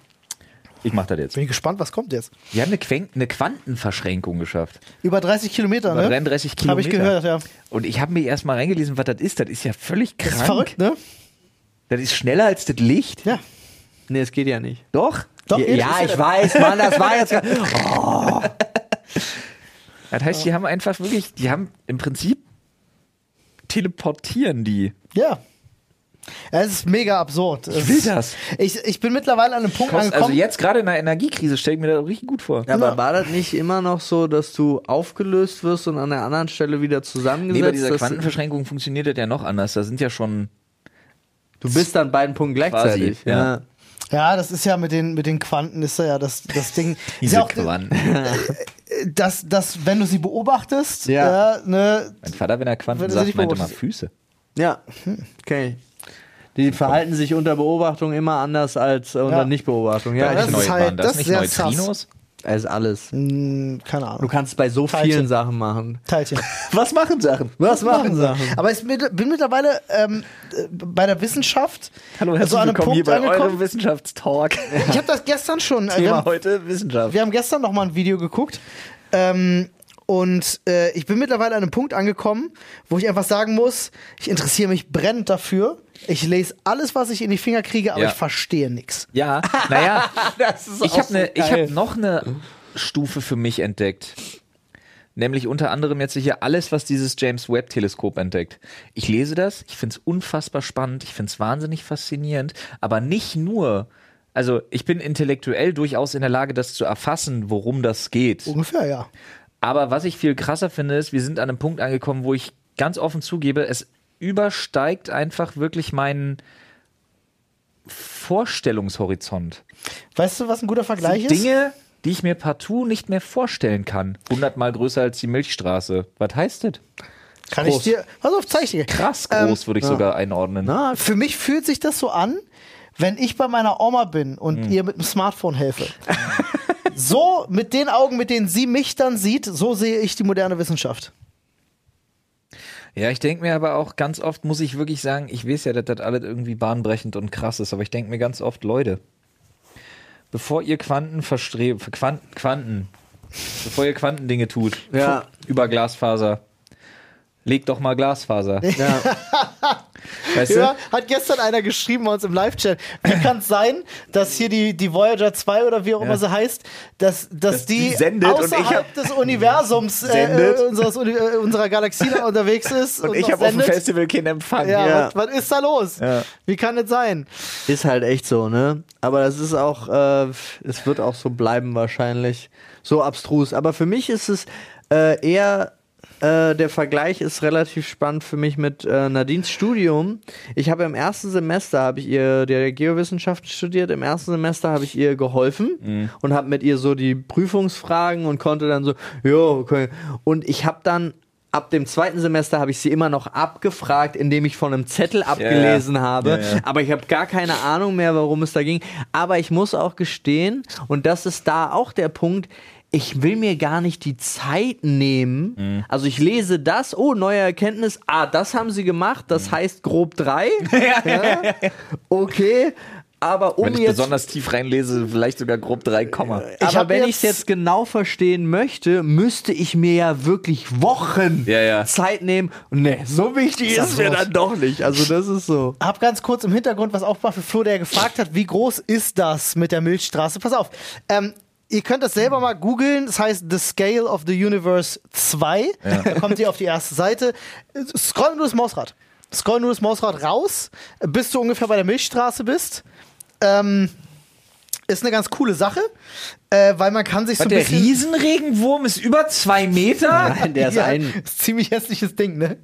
Speaker 1: Ich mach das jetzt.
Speaker 2: Bin gespannt, was kommt jetzt.
Speaker 1: Die haben eine, Quen eine Quantenverschränkung geschafft.
Speaker 2: Über 30 Kilometer,
Speaker 1: Über
Speaker 2: ne?
Speaker 1: 33 Kilometer.
Speaker 2: Habe ich gehört, ja.
Speaker 1: Und ich habe mir erst mal reingelesen, was das ist. Das ist ja völlig krank.
Speaker 2: Das ist verrückt, ne?
Speaker 1: Das ist schneller als das Licht.
Speaker 2: Ja.
Speaker 3: Nee, es geht ja nicht.
Speaker 1: Doch.
Speaker 2: Doch,
Speaker 3: ja,
Speaker 2: jetzt
Speaker 3: ja,
Speaker 2: ist
Speaker 3: ich weiß, Mann, das war jetzt. gar-
Speaker 1: Das heißt, die haben einfach wirklich, die haben im Prinzip teleportieren die.
Speaker 2: Ja. Es ist mega absurd. Ich
Speaker 1: will das.
Speaker 2: Ich, ich bin mittlerweile an einem Punkt
Speaker 1: Kost, also
Speaker 2: angekommen.
Speaker 1: jetzt gerade in der Energiekrise stelle ich mir das richtig gut vor.
Speaker 3: Aber war das nicht immer noch so, dass du aufgelöst wirst und an der anderen Stelle wieder
Speaker 1: Nee,
Speaker 3: zusammengesetzt?
Speaker 1: bei dieser
Speaker 3: dass-
Speaker 1: Quantenverschränkung funktioniert das ja noch anders. Da sind ja schon.
Speaker 3: du bist an beiden Punkten gleichzeitig.
Speaker 1: Quasi, ja.
Speaker 2: ja, das ist ja mit den, mit den Quanten, ist ja das, das Ding. ist ja auch,
Speaker 1: Quanten.
Speaker 2: dass, dass, wenn du sie beobachtest,
Speaker 3: Ja.
Speaker 2: ja. ne,
Speaker 1: Mein Vater, wenn er Quanten
Speaker 2: Wenn du sie
Speaker 1: sagt,
Speaker 2: nicht
Speaker 1: meinte mal
Speaker 2: beobachtest.
Speaker 1: Füße.
Speaker 3: Ja. Hm, Okay. Die verhalten sich unter Beobachtung immer anders als äh, unter
Speaker 2: Ja.
Speaker 3: Nichtbeobachtung. Ja,
Speaker 2: Das
Speaker 3: ich
Speaker 2: ist
Speaker 1: Neu-
Speaker 3: weiß.
Speaker 2: halt-
Speaker 1: waren das,
Speaker 2: das
Speaker 1: nicht
Speaker 2: ist ja krass.
Speaker 1: Neutrinos?
Speaker 3: Es ist alles.
Speaker 2: mh, hm, keine
Speaker 3: Du
Speaker 2: Ahnung,
Speaker 3: kannst es bei so
Speaker 2: Teilchen.
Speaker 3: vielen Sachen machen.
Speaker 2: Teilchen.
Speaker 1: Was machen Sachen?
Speaker 3: Was machen Sachen?
Speaker 2: Aber ich mit, bin mittlerweile ähm, äh, bei der Wissenschaft
Speaker 1: Hallo, Oh, herzlich
Speaker 2: so Also an einem
Speaker 1: willkommen hier
Speaker 2: Punkt
Speaker 1: bei eurem
Speaker 2: angekommen.
Speaker 1: Wissenschaftstalk.
Speaker 2: Ich habe das gestern schon. Äh, wir,
Speaker 1: Thema
Speaker 2: haben,
Speaker 1: heute Wissenschaft.
Speaker 2: wir haben gestern noch mal ein Video geguckt. Ähm, und äh, ich bin mittlerweile an einem Punkt angekommen, wo ich einfach sagen muss, ich interessiere mich brennend dafür. Ich lese alles, was ich in die Finger kriege, aber
Speaker 1: Ja.
Speaker 2: ich verstehe nichts.
Speaker 1: Ja, naja,
Speaker 3: Das ist
Speaker 1: ich habe ne, ich
Speaker 3: geil.
Speaker 1: hab noch eine Stufe für mich entdeckt. Nämlich unter anderem jetzt hier alles, was dieses James Webb Teleskop entdeckt. Ich lese das, ich finde es unfassbar spannend, ich finde es wahnsinnig faszinierend, aber nicht nur, also ich bin intellektuell durchaus in der Lage, das zu erfassen, worum das geht.
Speaker 2: Ungefähr, ja.
Speaker 1: Aber was ich viel krasser finde, ist, wir sind an einem Punkt angekommen, wo ich ganz offen zugebe, es übersteigt einfach wirklich meinen Vorstellungshorizont.
Speaker 2: Weißt du, was ein guter Vergleich ist?
Speaker 1: Dinge, die ich mir partout nicht mehr vorstellen kann. Hundertmal größer als die Milchstraße. Was heißt das?
Speaker 2: Kann ich
Speaker 3: groß.
Speaker 2: dir. Pass auf, zeichne.
Speaker 1: Krass groß würde ich sogar einordnen.
Speaker 3: Na,
Speaker 2: Für mich fühlt sich das so an, wenn ich bei meiner Oma bin und
Speaker 1: Hm.
Speaker 2: ihr mit dem Smartphone helfe. so mit den Augen, mit denen sie mich dann sieht, so sehe ich die moderne Wissenschaft.
Speaker 1: Ja, ich denke mir aber auch ganz oft, muss ich wirklich sagen, ich weiß ja, dass das alles irgendwie bahnbrechend und krass ist, aber ich denke mir ganz oft, Leute, bevor ihr Quanten verstrebt, Quanten, Quanten, bevor ihr Quantendinge tut,
Speaker 3: Ja.
Speaker 1: über Glasfaser, legt doch mal Glasfaser.
Speaker 3: ja.
Speaker 1: Weißt
Speaker 2: Ja,
Speaker 1: du?
Speaker 2: hat gestern einer geschrieben bei uns im Live-Chat. Wie kann es sein, dass hier die, die Voyager 2 oder wie auch immer sie heißt, dass, dass, die,
Speaker 1: die sendet und ich
Speaker 2: außerhalb
Speaker 1: hab-
Speaker 2: des Universums äh,
Speaker 1: Sendet.
Speaker 2: äh, unseres, Uni- äh, unserer Galaxie da unterwegs ist und,
Speaker 1: Und ich
Speaker 2: noch
Speaker 1: habe auf dem
Speaker 2: sendet?
Speaker 1: Festival keinen Empfang.
Speaker 2: ja,
Speaker 3: Ja.
Speaker 2: Was, was ist da los?
Speaker 1: Ja.
Speaker 2: Wie kann das sein?
Speaker 3: Ist halt echt so, ne? Aber das ist auch, äh, es wird auch so bleiben wahrscheinlich. So abstrus. Aber für mich ist es äh, eher Äh, der Vergleich ist relativ spannend für mich mit äh, Nadines Studium. Ich habe im ersten Semester habe ich ihr der Geowissenschaften studiert. Im ersten Semester habe ich ihr geholfen und habe mit ihr so die Prüfungsfragen und konnte dann so, jo, okay. und ich habe dann ab dem zweiten Semester habe ich sie immer noch abgefragt, indem ich von einem Zettel abgelesen habe. Aber ich habe gar keine Ahnung mehr, warum es da ging. Aber ich muss auch gestehen, und das ist da auch der Punkt, ich will mir gar nicht die Zeit nehmen. Also ich lese das, oh, neue Erkenntnis, ah, das haben sie gemacht, das heißt grob drei. ja. Okay, aber um
Speaker 1: Wenn ich
Speaker 3: jetzt
Speaker 1: besonders tief reinlese, vielleicht sogar grob drei Komma.
Speaker 2: Ich hab
Speaker 3: aber wenn ich es
Speaker 2: jetzt-
Speaker 3: jetzt genau verstehen möchte, müsste ich mir ja wirklich Wochen
Speaker 1: Ja, ja.
Speaker 3: Zeit nehmen. Nee, so wichtig ist mir
Speaker 2: los.
Speaker 3: dann doch nicht. Also das ist so.
Speaker 2: Hab ganz kurz im Hintergrund was aufgemacht für Flo, der gefragt hat, wie groß ist das mit der Milchstraße? Pass auf. Ähm, ihr könnt das selber mal googeln. Das heißt The Scale of the Universe 2. Da kommt ihr auf die erste Seite. Scroll nur das Mausrad. Scroll nur das Mausrad raus, bis du ungefähr bei der Milchstraße bist. Ähm, ist eine ganz coole Sache, äh, weil man kann sich so ein
Speaker 1: Der
Speaker 2: bisschen...
Speaker 1: Riesenregenwurm ist über zwei Meter?
Speaker 3: Nein, der ist
Speaker 2: ja,
Speaker 3: ein.
Speaker 2: ist ziemlich hässliches Ding, ne?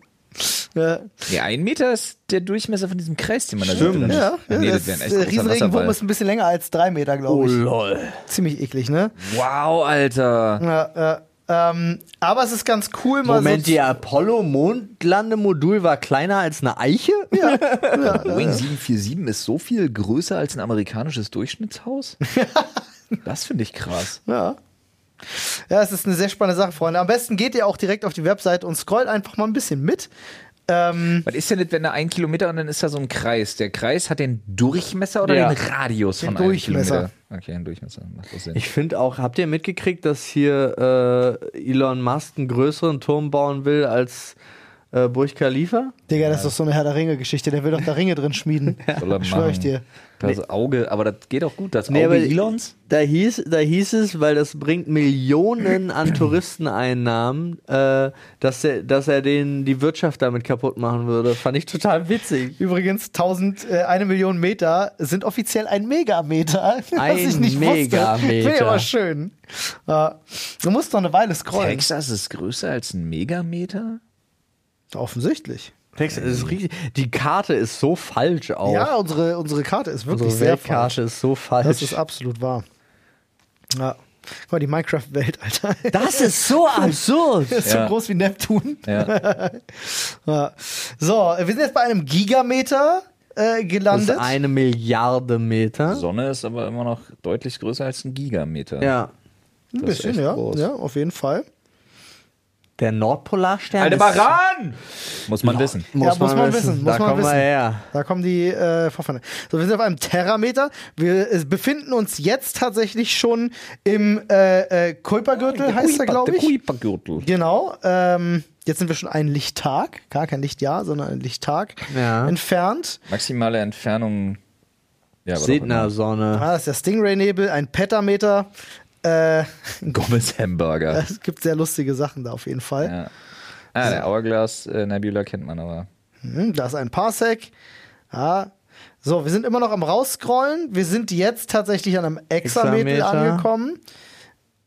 Speaker 2: Ja.
Speaker 1: Ja, ein Meter ist der Durchmesser von diesem Kreis, den man da
Speaker 3: Stimmt.
Speaker 1: sieht. oder?
Speaker 2: Ja, ja
Speaker 1: nee,
Speaker 2: das
Speaker 1: das wäre ein echt
Speaker 2: äh,
Speaker 1: großer
Speaker 2: Riesenregenwurm
Speaker 1: Wasserball.
Speaker 2: ist ein bisschen länger als drei Meter, glaube ich.
Speaker 1: lol. Mhm.
Speaker 2: Ziemlich eklig, ne?
Speaker 1: Wow, Alter.
Speaker 2: Ja, ja, ähm, aber es ist ganz cool, mal
Speaker 3: Moment,
Speaker 2: so
Speaker 3: ihr Apollo-Mondlandemodul war kleiner als eine Eiche?
Speaker 1: Boeing 747 ist so viel größer als ein amerikanisches Durchschnittshaus? Das finde ich krass.
Speaker 2: Ja. Ja, es ist eine sehr spannende Sache, Freunde. Am besten geht ihr auch direkt auf die Website und scrollt einfach mal ein bisschen mit. Ähm,
Speaker 1: Was ist denn das, wenn da ein Kilometer und dann ist da so ein Kreis? Der Kreis hat den Durchmesser oder
Speaker 3: Ja.
Speaker 1: den Radius
Speaker 2: Den
Speaker 1: von einem
Speaker 2: Durchmesser.
Speaker 1: Kilometer? Okay, den Durchmesser. Macht das Sinn.
Speaker 3: Ich finde auch, habt ihr mitgekriegt, dass hier äh, Elon Musk einen größeren Turm bauen will als äh, Burj Khalifa?
Speaker 2: Digga, das ist doch so eine Herr der Ringe-Geschichte. Der will doch da Ringe drin schmieden.
Speaker 1: Soll er
Speaker 2: Schwör ich
Speaker 1: machen.
Speaker 2: dir.
Speaker 1: Das Auge, aber das geht auch gut. Das
Speaker 3: Nee,
Speaker 1: Auge
Speaker 3: aber-
Speaker 1: Elons?
Speaker 3: Da hieß, da hieß es, weil das bringt Millionen an Touristeneinnahmen, äh, dass, er, dass er denen die Wirtschaft damit kaputt machen würde. Fand ich total witzig.
Speaker 2: Übrigens, 1000, äh, eine Million Meter sind offiziell ein Megameter.
Speaker 3: Ein
Speaker 2: was ich nicht
Speaker 3: Megameter.
Speaker 2: wusste. Finde ich aber schön. Ja. du musst doch eine Weile scrollen.
Speaker 1: Texas ist größer als ein Megameter?
Speaker 2: Offensichtlich.
Speaker 3: Text, es ist riesig. Die Karte ist so falsch auch.
Speaker 2: Ja, unsere, unsere Karte ist wirklich
Speaker 3: Unsere
Speaker 2: sehr falsch.
Speaker 3: Weltkarte ist so falsch.
Speaker 2: Das ist absolut wahr. Ja. Guck mal, die Minecraft-Welt, Alter.
Speaker 3: Das ist so absurd.
Speaker 2: ist so
Speaker 1: Ja.
Speaker 2: groß wie Neptun.
Speaker 1: Ja.
Speaker 2: Ja. So, wir sind jetzt bei einem Gigameter äh,
Speaker 3: Das ist
Speaker 2: gelandet.
Speaker 3: eine Milliarde Meter.
Speaker 1: Sonne ist aber immer noch deutlich größer als ein Gigameter.
Speaker 3: Ja.
Speaker 1: das
Speaker 2: Ein
Speaker 1: ist
Speaker 2: bisschen,
Speaker 1: echt
Speaker 2: ja.
Speaker 1: groß.
Speaker 2: Ja, auf jeden Fall.
Speaker 3: Der Nordpolarstern
Speaker 1: Alter,
Speaker 3: ist...
Speaker 1: Baran! Muss man wissen.
Speaker 3: Muss,
Speaker 2: Ja, muss
Speaker 3: man, wissen.
Speaker 2: muss
Speaker 3: da
Speaker 2: man
Speaker 3: kommen
Speaker 2: wissen.
Speaker 3: wir her.
Speaker 2: Da kommen die äh, Vorfahren. So, wir sind auf einem Terrameter. Wir äh, befinden uns jetzt tatsächlich schon im äh, äh, Kuipergürtel, heißt er, glaube
Speaker 1: Der
Speaker 2: ich.
Speaker 1: Kuipergürtel.
Speaker 2: Genau. Ähm, jetzt sind wir schon einen Lichttag, gar kein Lichtjahr, sondern ein Lichttag
Speaker 3: Ja.
Speaker 2: entfernt.
Speaker 1: Maximale Entfernung. Ja, aber
Speaker 3: Sedna
Speaker 1: doch
Speaker 3: Sonne.
Speaker 2: Ah, das ist der Stingray-Nebel, ein Petameter. Äh,
Speaker 1: immer. Gomez Hamburger.
Speaker 2: es gibt sehr lustige Sachen da auf jeden Fall.
Speaker 1: Ja. Ah, der Hourglass äh, Nebula kennt man aber.
Speaker 2: Hm, da ist ein Parsec. Ja. So, wir sind immer noch am Rausscrollen. Wir sind jetzt tatsächlich an einem Exameter,
Speaker 3: Hexameter.
Speaker 2: angekommen.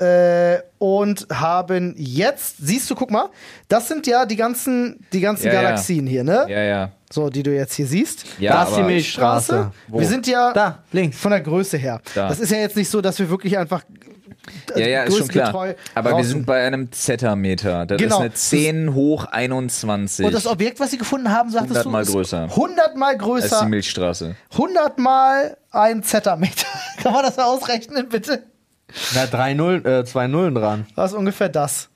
Speaker 2: Äh, und haben jetzt, siehst du, guck mal, das sind ja die ganzen, die ganzen
Speaker 1: Ja, ja.
Speaker 2: Galaxien hier, ne?
Speaker 1: Ja, ja.
Speaker 2: So, die du jetzt hier siehst.
Speaker 1: ja
Speaker 3: da ist die
Speaker 1: aber-
Speaker 3: Milchstraße.
Speaker 2: Wir sind ja
Speaker 3: Da, links.
Speaker 2: von der Größe her.
Speaker 1: Da.
Speaker 2: Das ist ja jetzt nicht so, dass wir wirklich einfach.
Speaker 1: Ja, ja, ist schon
Speaker 2: größengetreu
Speaker 1: klar. Aber wir
Speaker 2: rauszoomen.
Speaker 1: sind bei einem Zetameter. Das
Speaker 2: Genau.
Speaker 1: ist eine 10 hoch 21.
Speaker 2: Und das Objekt, was sie gefunden haben, sagtest
Speaker 1: 100
Speaker 2: du,
Speaker 1: mal
Speaker 2: ist
Speaker 1: größer.
Speaker 2: 100
Speaker 1: das ist
Speaker 2: mal
Speaker 1: die
Speaker 2: größer.
Speaker 1: Milchstraße.
Speaker 2: 100 mal ein Zetameter. Kann man das ausrechnen, bitte?
Speaker 3: Na, drei Null, äh, zwei Nullen dran.
Speaker 2: Das ist ungefähr das.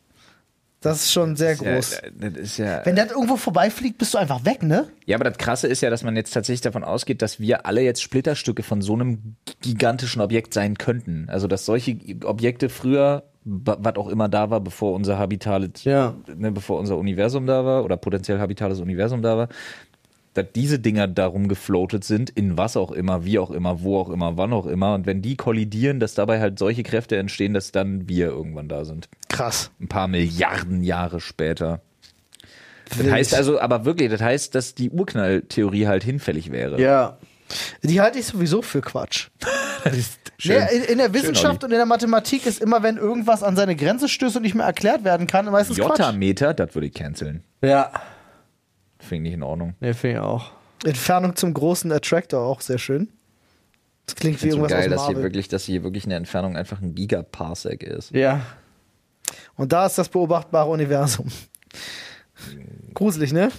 Speaker 2: Das ist schon sehr groß.
Speaker 1: Ja, das ist ja,
Speaker 2: Wenn das irgendwo vorbeifliegt, bist du einfach weg, ne?
Speaker 1: ja, aber das Krasse ist ja, dass man jetzt tatsächlich davon ausgeht, dass wir alle jetzt Splitterstücke von so einem gigantischen Objekt sein könnten. Also, dass solche Objekte früher, wa- was auch immer da war, bevor unser Habitat,
Speaker 3: Ja.
Speaker 1: ne, bevor unser Universum da war oder potenziell habitales Universum da war, dass diese Dinger darum gefloatet sind, in was auch immer, wie auch immer, wo auch immer, wann auch immer. Und wenn die kollidieren, dass dabei halt solche Kräfte entstehen, dass dann wir irgendwann da sind.
Speaker 2: Krass.
Speaker 1: ein paar Milliarden Jahre später. Das
Speaker 2: Wild.
Speaker 1: heißt also, aber wirklich, das heißt, dass die Urknalltheorie halt hinfällig wäre.
Speaker 3: Ja.
Speaker 2: Die halte ich sowieso für Quatsch.
Speaker 1: Das ist
Speaker 2: Nee,
Speaker 1: schön.
Speaker 2: in, in der Wissenschaft
Speaker 1: Olli.
Speaker 2: und in der Mathematik ist immer, wenn irgendwas an seine Grenze stößt und nicht mehr erklärt werden kann, meistens Quatsch.
Speaker 1: Jotta-Meter, das würde ich canceln.
Speaker 3: Ja.
Speaker 1: Finde ich nicht in Ordnung.
Speaker 3: Ne, finde ich auch.
Speaker 2: Entfernung zum großen Attractor auch sehr schön. Das klingt wie
Speaker 1: Ich so
Speaker 2: irgendwas
Speaker 1: geil,
Speaker 2: aus
Speaker 1: dass hier,
Speaker 2: Marvel.
Speaker 1: wirklich, dass hier wirklich eine Entfernung einfach ein Gigaparsec ist.
Speaker 3: Ja.
Speaker 2: Und da ist das beobachtbare Universum. Gruselig, ne?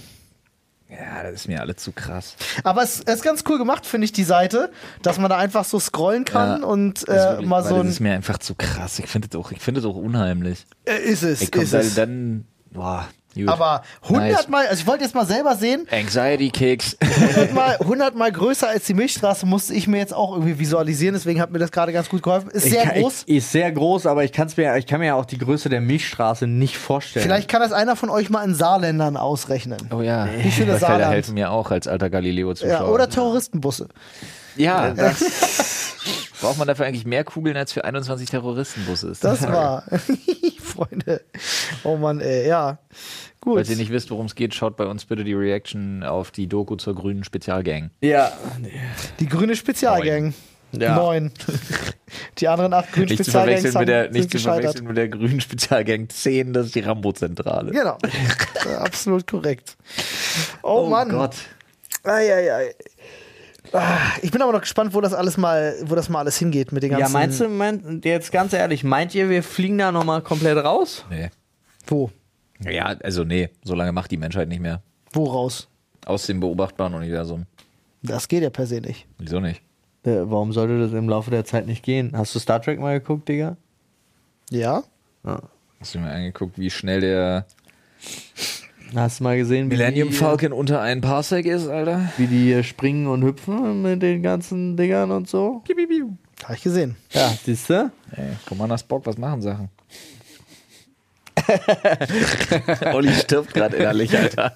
Speaker 1: Ja, das ist mir alle zu krass.
Speaker 2: Aber es es ist ganz cool gemacht, finde ich, die Seite, dass man da einfach so scrollen kann
Speaker 1: Ja,
Speaker 2: und
Speaker 1: Das ist
Speaker 2: äh,
Speaker 1: wirklich-
Speaker 2: mal
Speaker 1: weil
Speaker 2: so
Speaker 1: das
Speaker 2: ein.
Speaker 1: ist mir einfach zu krass. Ich finde das auch, ich finde das auch unheimlich.
Speaker 2: Äh, ist es,
Speaker 1: Ich komm,
Speaker 2: ist
Speaker 1: dann,
Speaker 2: es.
Speaker 1: dann boah, gut.
Speaker 2: Aber
Speaker 1: Nice.
Speaker 2: hundertmal, also ich wollte jetzt mal selber sehen,
Speaker 1: Anxiety Kicks.
Speaker 2: hundertmal hundertmal größer als die Milchstraße musste ich mir jetzt auch irgendwie visualisieren, deswegen hat mir das gerade ganz gut geholfen. Ist sehr
Speaker 3: ich, kann-
Speaker 2: groß.
Speaker 3: Ich, ist sehr groß, aber ich, kann's mir, ich kann mir ja auch die Größe der Milchstraße nicht vorstellen.
Speaker 2: Vielleicht kann das einer von euch mal in Saarländern ausrechnen.
Speaker 1: Oh ja,
Speaker 2: Wie viele
Speaker 1: Bei Felder
Speaker 2: Saarland?
Speaker 1: helfen mir auch als alter Galileo-Zuschauer.
Speaker 2: Ja, oder Terroristenbusse.
Speaker 1: Ja, braucht man dafür eigentlich mehr Kugeln als für 21 Terroristenbusse? Ist die
Speaker 2: Das
Speaker 1: Frage.
Speaker 2: war. Freunde. Oh Mann, ey, ja. Gut.
Speaker 1: Falls ihr nicht wisst, worum es geht, schaut bei uns bitte die Reaction auf die Doku zur grünen Spezialgang.
Speaker 3: Ja.
Speaker 2: Die grüne Spezialgang.
Speaker 3: Ja.
Speaker 2: Neun. Die anderen acht grünen
Speaker 1: Nicht zu
Speaker 2: Spezialgangs
Speaker 1: verwechseln mit der,
Speaker 2: haben- sind
Speaker 1: nicht zu
Speaker 2: gescheitert.
Speaker 1: verwechseln mit der grünen Spezialgang 10, das ist die Rambo-Zentrale.
Speaker 2: Genau. Ja, Absolut korrekt. Oh,
Speaker 1: Oh
Speaker 2: Mann.
Speaker 1: Gott.
Speaker 2: Ei, ei, ei. Ah, Ich bin aber noch gespannt, wo das alles mal, wo das mal alles hingeht mit den ganzen.
Speaker 3: Ja, meinst du, mein, jetzt ganz ehrlich, meint ihr, wir fliegen da nochmal komplett raus?
Speaker 1: Nee.
Speaker 2: Wo?
Speaker 1: Ja, also nee, so lange macht die Menschheit nicht mehr.
Speaker 2: Wo raus?
Speaker 1: Aus dem beobachtbaren Universum.
Speaker 2: Das geht ja per se nicht.
Speaker 1: Wieso nicht?
Speaker 3: Äh, warum sollte das im Laufe der Zeit nicht gehen? Hast du Star Trek mal geguckt, Digga? Ah.
Speaker 2: Ja?
Speaker 1: Hast du mir angeguckt, wie schnell der
Speaker 3: Hast du mal gesehen, wie,
Speaker 1: Millennium
Speaker 3: die,
Speaker 1: Falcon unter einen Parsec ist, Alter?
Speaker 3: wie die äh, springen und hüpfen mit den ganzen Dingern und so?
Speaker 2: Habe ich gesehen.
Speaker 3: Ja, siehst du?
Speaker 1: Ey, Commander Spock, was machen Sachen? Olli stirbt gerade innerlich, Alter.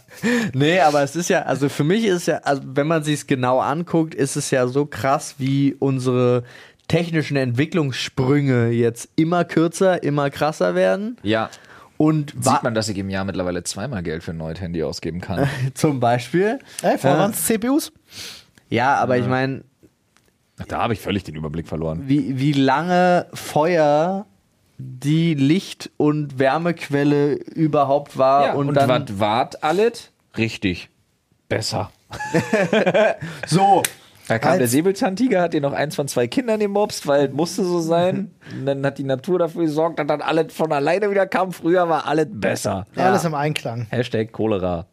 Speaker 3: Nee, aber es ist ja, also für mich ist ja, also wenn man sich es genau anguckt, ist es ja so krass, wie unsere technischen Entwicklungssprünge jetzt immer kürzer, immer krasser werden.
Speaker 1: Ja.
Speaker 3: Und wa-
Speaker 1: Sieht man, dass ich im Jahr mittlerweile zweimal Geld für ein neues Handy ausgeben kann.
Speaker 3: zum Beispiel.
Speaker 2: Ey, vorher
Speaker 3: äh,
Speaker 2: waren es CPUs.
Speaker 3: ja, aber ich meine,
Speaker 1: Da habe ich völlig den Überblick verloren.
Speaker 3: wie, wie lange Feuer die Licht- und Wärmequelle überhaupt war
Speaker 1: Ja,
Speaker 3: und, dann
Speaker 1: wart, wart alles richtig. Besser.
Speaker 3: so.
Speaker 1: Da kam
Speaker 2: Als-
Speaker 1: der Säbelzahntiger, hat dir noch eins von zwei Kindern gemobst, weil musste so sein. Und dann hat die Natur dafür gesorgt, dass dann alles von alleine wieder kam. Früher war alles besser.
Speaker 2: Alles im Einklang.
Speaker 1: Hashtag Cholera.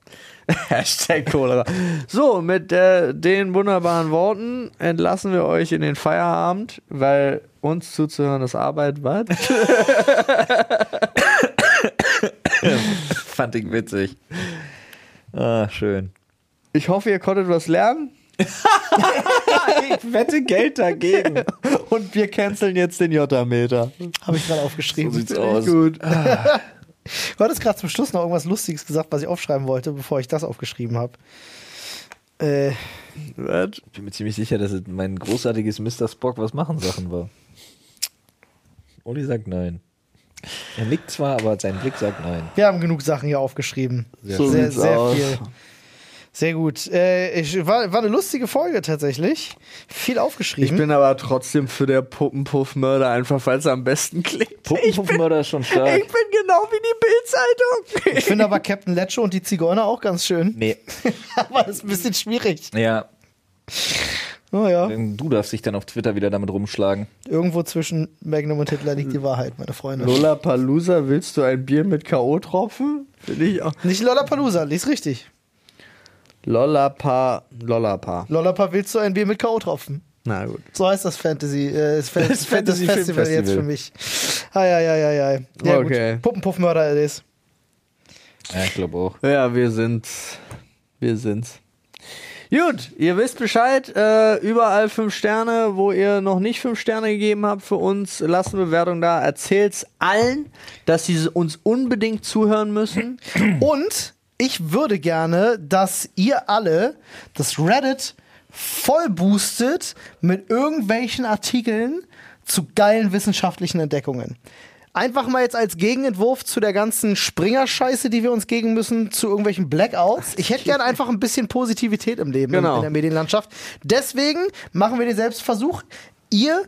Speaker 3: Hashtag Cholera. So, mit äh, den wunderbaren Worten entlassen wir euch in den Feierabend, weil uns zuzuhören ist Arbeit. Was?
Speaker 1: Fand ich witzig. Ah, schön.
Speaker 3: Ich hoffe, ihr konntet was lernen
Speaker 1: Ich wette Geld dagegen.
Speaker 3: und wir canceln jetzt den Jotta-Meter.
Speaker 2: Habe ich gerade aufgeschrieben.
Speaker 1: aus.
Speaker 3: Gut.
Speaker 2: Du hattest gerade zum Schluss noch irgendwas Lustiges gesagt, was ich aufschreiben wollte, bevor ich das aufgeschrieben habe. Äh,
Speaker 3: Was?
Speaker 1: Ich bin mir ziemlich sicher, dass es mein großartiges Mr. Spock was machen Sachen war. Uli sagt nein. Er nickt zwar, aber sein Blick sagt nein.
Speaker 2: wir haben genug Sachen hier aufgeschrieben. Sehr,
Speaker 3: schön.
Speaker 2: sehr,
Speaker 3: So sieht's
Speaker 2: viel. Sehr gut. Äh, ich, war, war eine lustige Folge tatsächlich. Viel
Speaker 3: Ich
Speaker 2: aufgeschrieben.
Speaker 3: bin aber trotzdem für der Puppenpuff-Mörder, einfach weil es am besten klingt. Ich bin,
Speaker 1: Puppenpuffmörder ist schon stark.
Speaker 3: ich bin genau wie die Bildzeitung.
Speaker 2: Ich finde aber Captain Lecho und die Zigeuner auch ganz schön.
Speaker 1: Nee.
Speaker 2: aber das ist ein bisschen schwierig.
Speaker 1: Ja,
Speaker 2: Naja,
Speaker 1: du darfst dich dann auf Twitter wieder damit rumschlagen.
Speaker 2: irgendwo zwischen Magnum und Hitler liegt die Wahrheit, meine Freunde.
Speaker 3: Lola Palusa, willst du ein Bier mit K.O.-Tropfen? Finde ich auch.
Speaker 2: Nicht Lollapalooza, lies richtig.
Speaker 3: Lollapa. Lollapa.
Speaker 2: Lollapa willst du ein Bier mit K.O. tropfen?
Speaker 3: Na gut.
Speaker 2: So heißt das Fantasy, äh, das, Fan- das
Speaker 1: Fantasy
Speaker 2: Fantasy
Speaker 1: Film
Speaker 2: Festival jetzt
Speaker 1: Festival.
Speaker 2: für mich. Ei, ei, ei, ei, ei. Ja,
Speaker 3: Okay.
Speaker 2: gut. Puppenpuffmörder it is.
Speaker 1: Ja, ich glaube auch.
Speaker 3: Ja, wir sind's. Wir sind's. Gut, ihr wisst Bescheid. Äh, überall fünf Sterne, wo ihr noch nicht fünf Sterne gegeben habt für uns, lasst eine Bewertung da. Erzählt's allen, dass sie uns unbedingt zuhören müssen.
Speaker 2: Und ich würde gerne, dass ihr alle das Reddit voll boostet mit irgendwelchen Artikeln zu geilen wissenschaftlichen Entdeckungen. Einfach mal jetzt als Gegenentwurf zu der ganzen Springer-Scheiße, die wir uns gegen müssen, zu irgendwelchen Blackouts. Ich hätte gern einfach ein bisschen Positivität im Leben
Speaker 3: Genau.
Speaker 2: in der Medienlandschaft. Deswegen machen wir den Selbstversuch. Ihr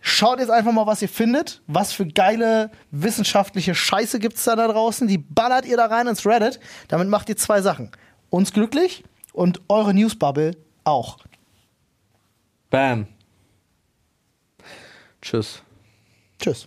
Speaker 2: schaut jetzt einfach mal, was ihr findet. Was für geile wissenschaftliche Scheiße gibt's da da draußen? Die ballert ihr da rein ins Reddit. Damit macht ihr zwei Sachen. Uns glücklich und eure Newsbubble auch.
Speaker 3: Bam. Tschüss.
Speaker 2: Tschüss.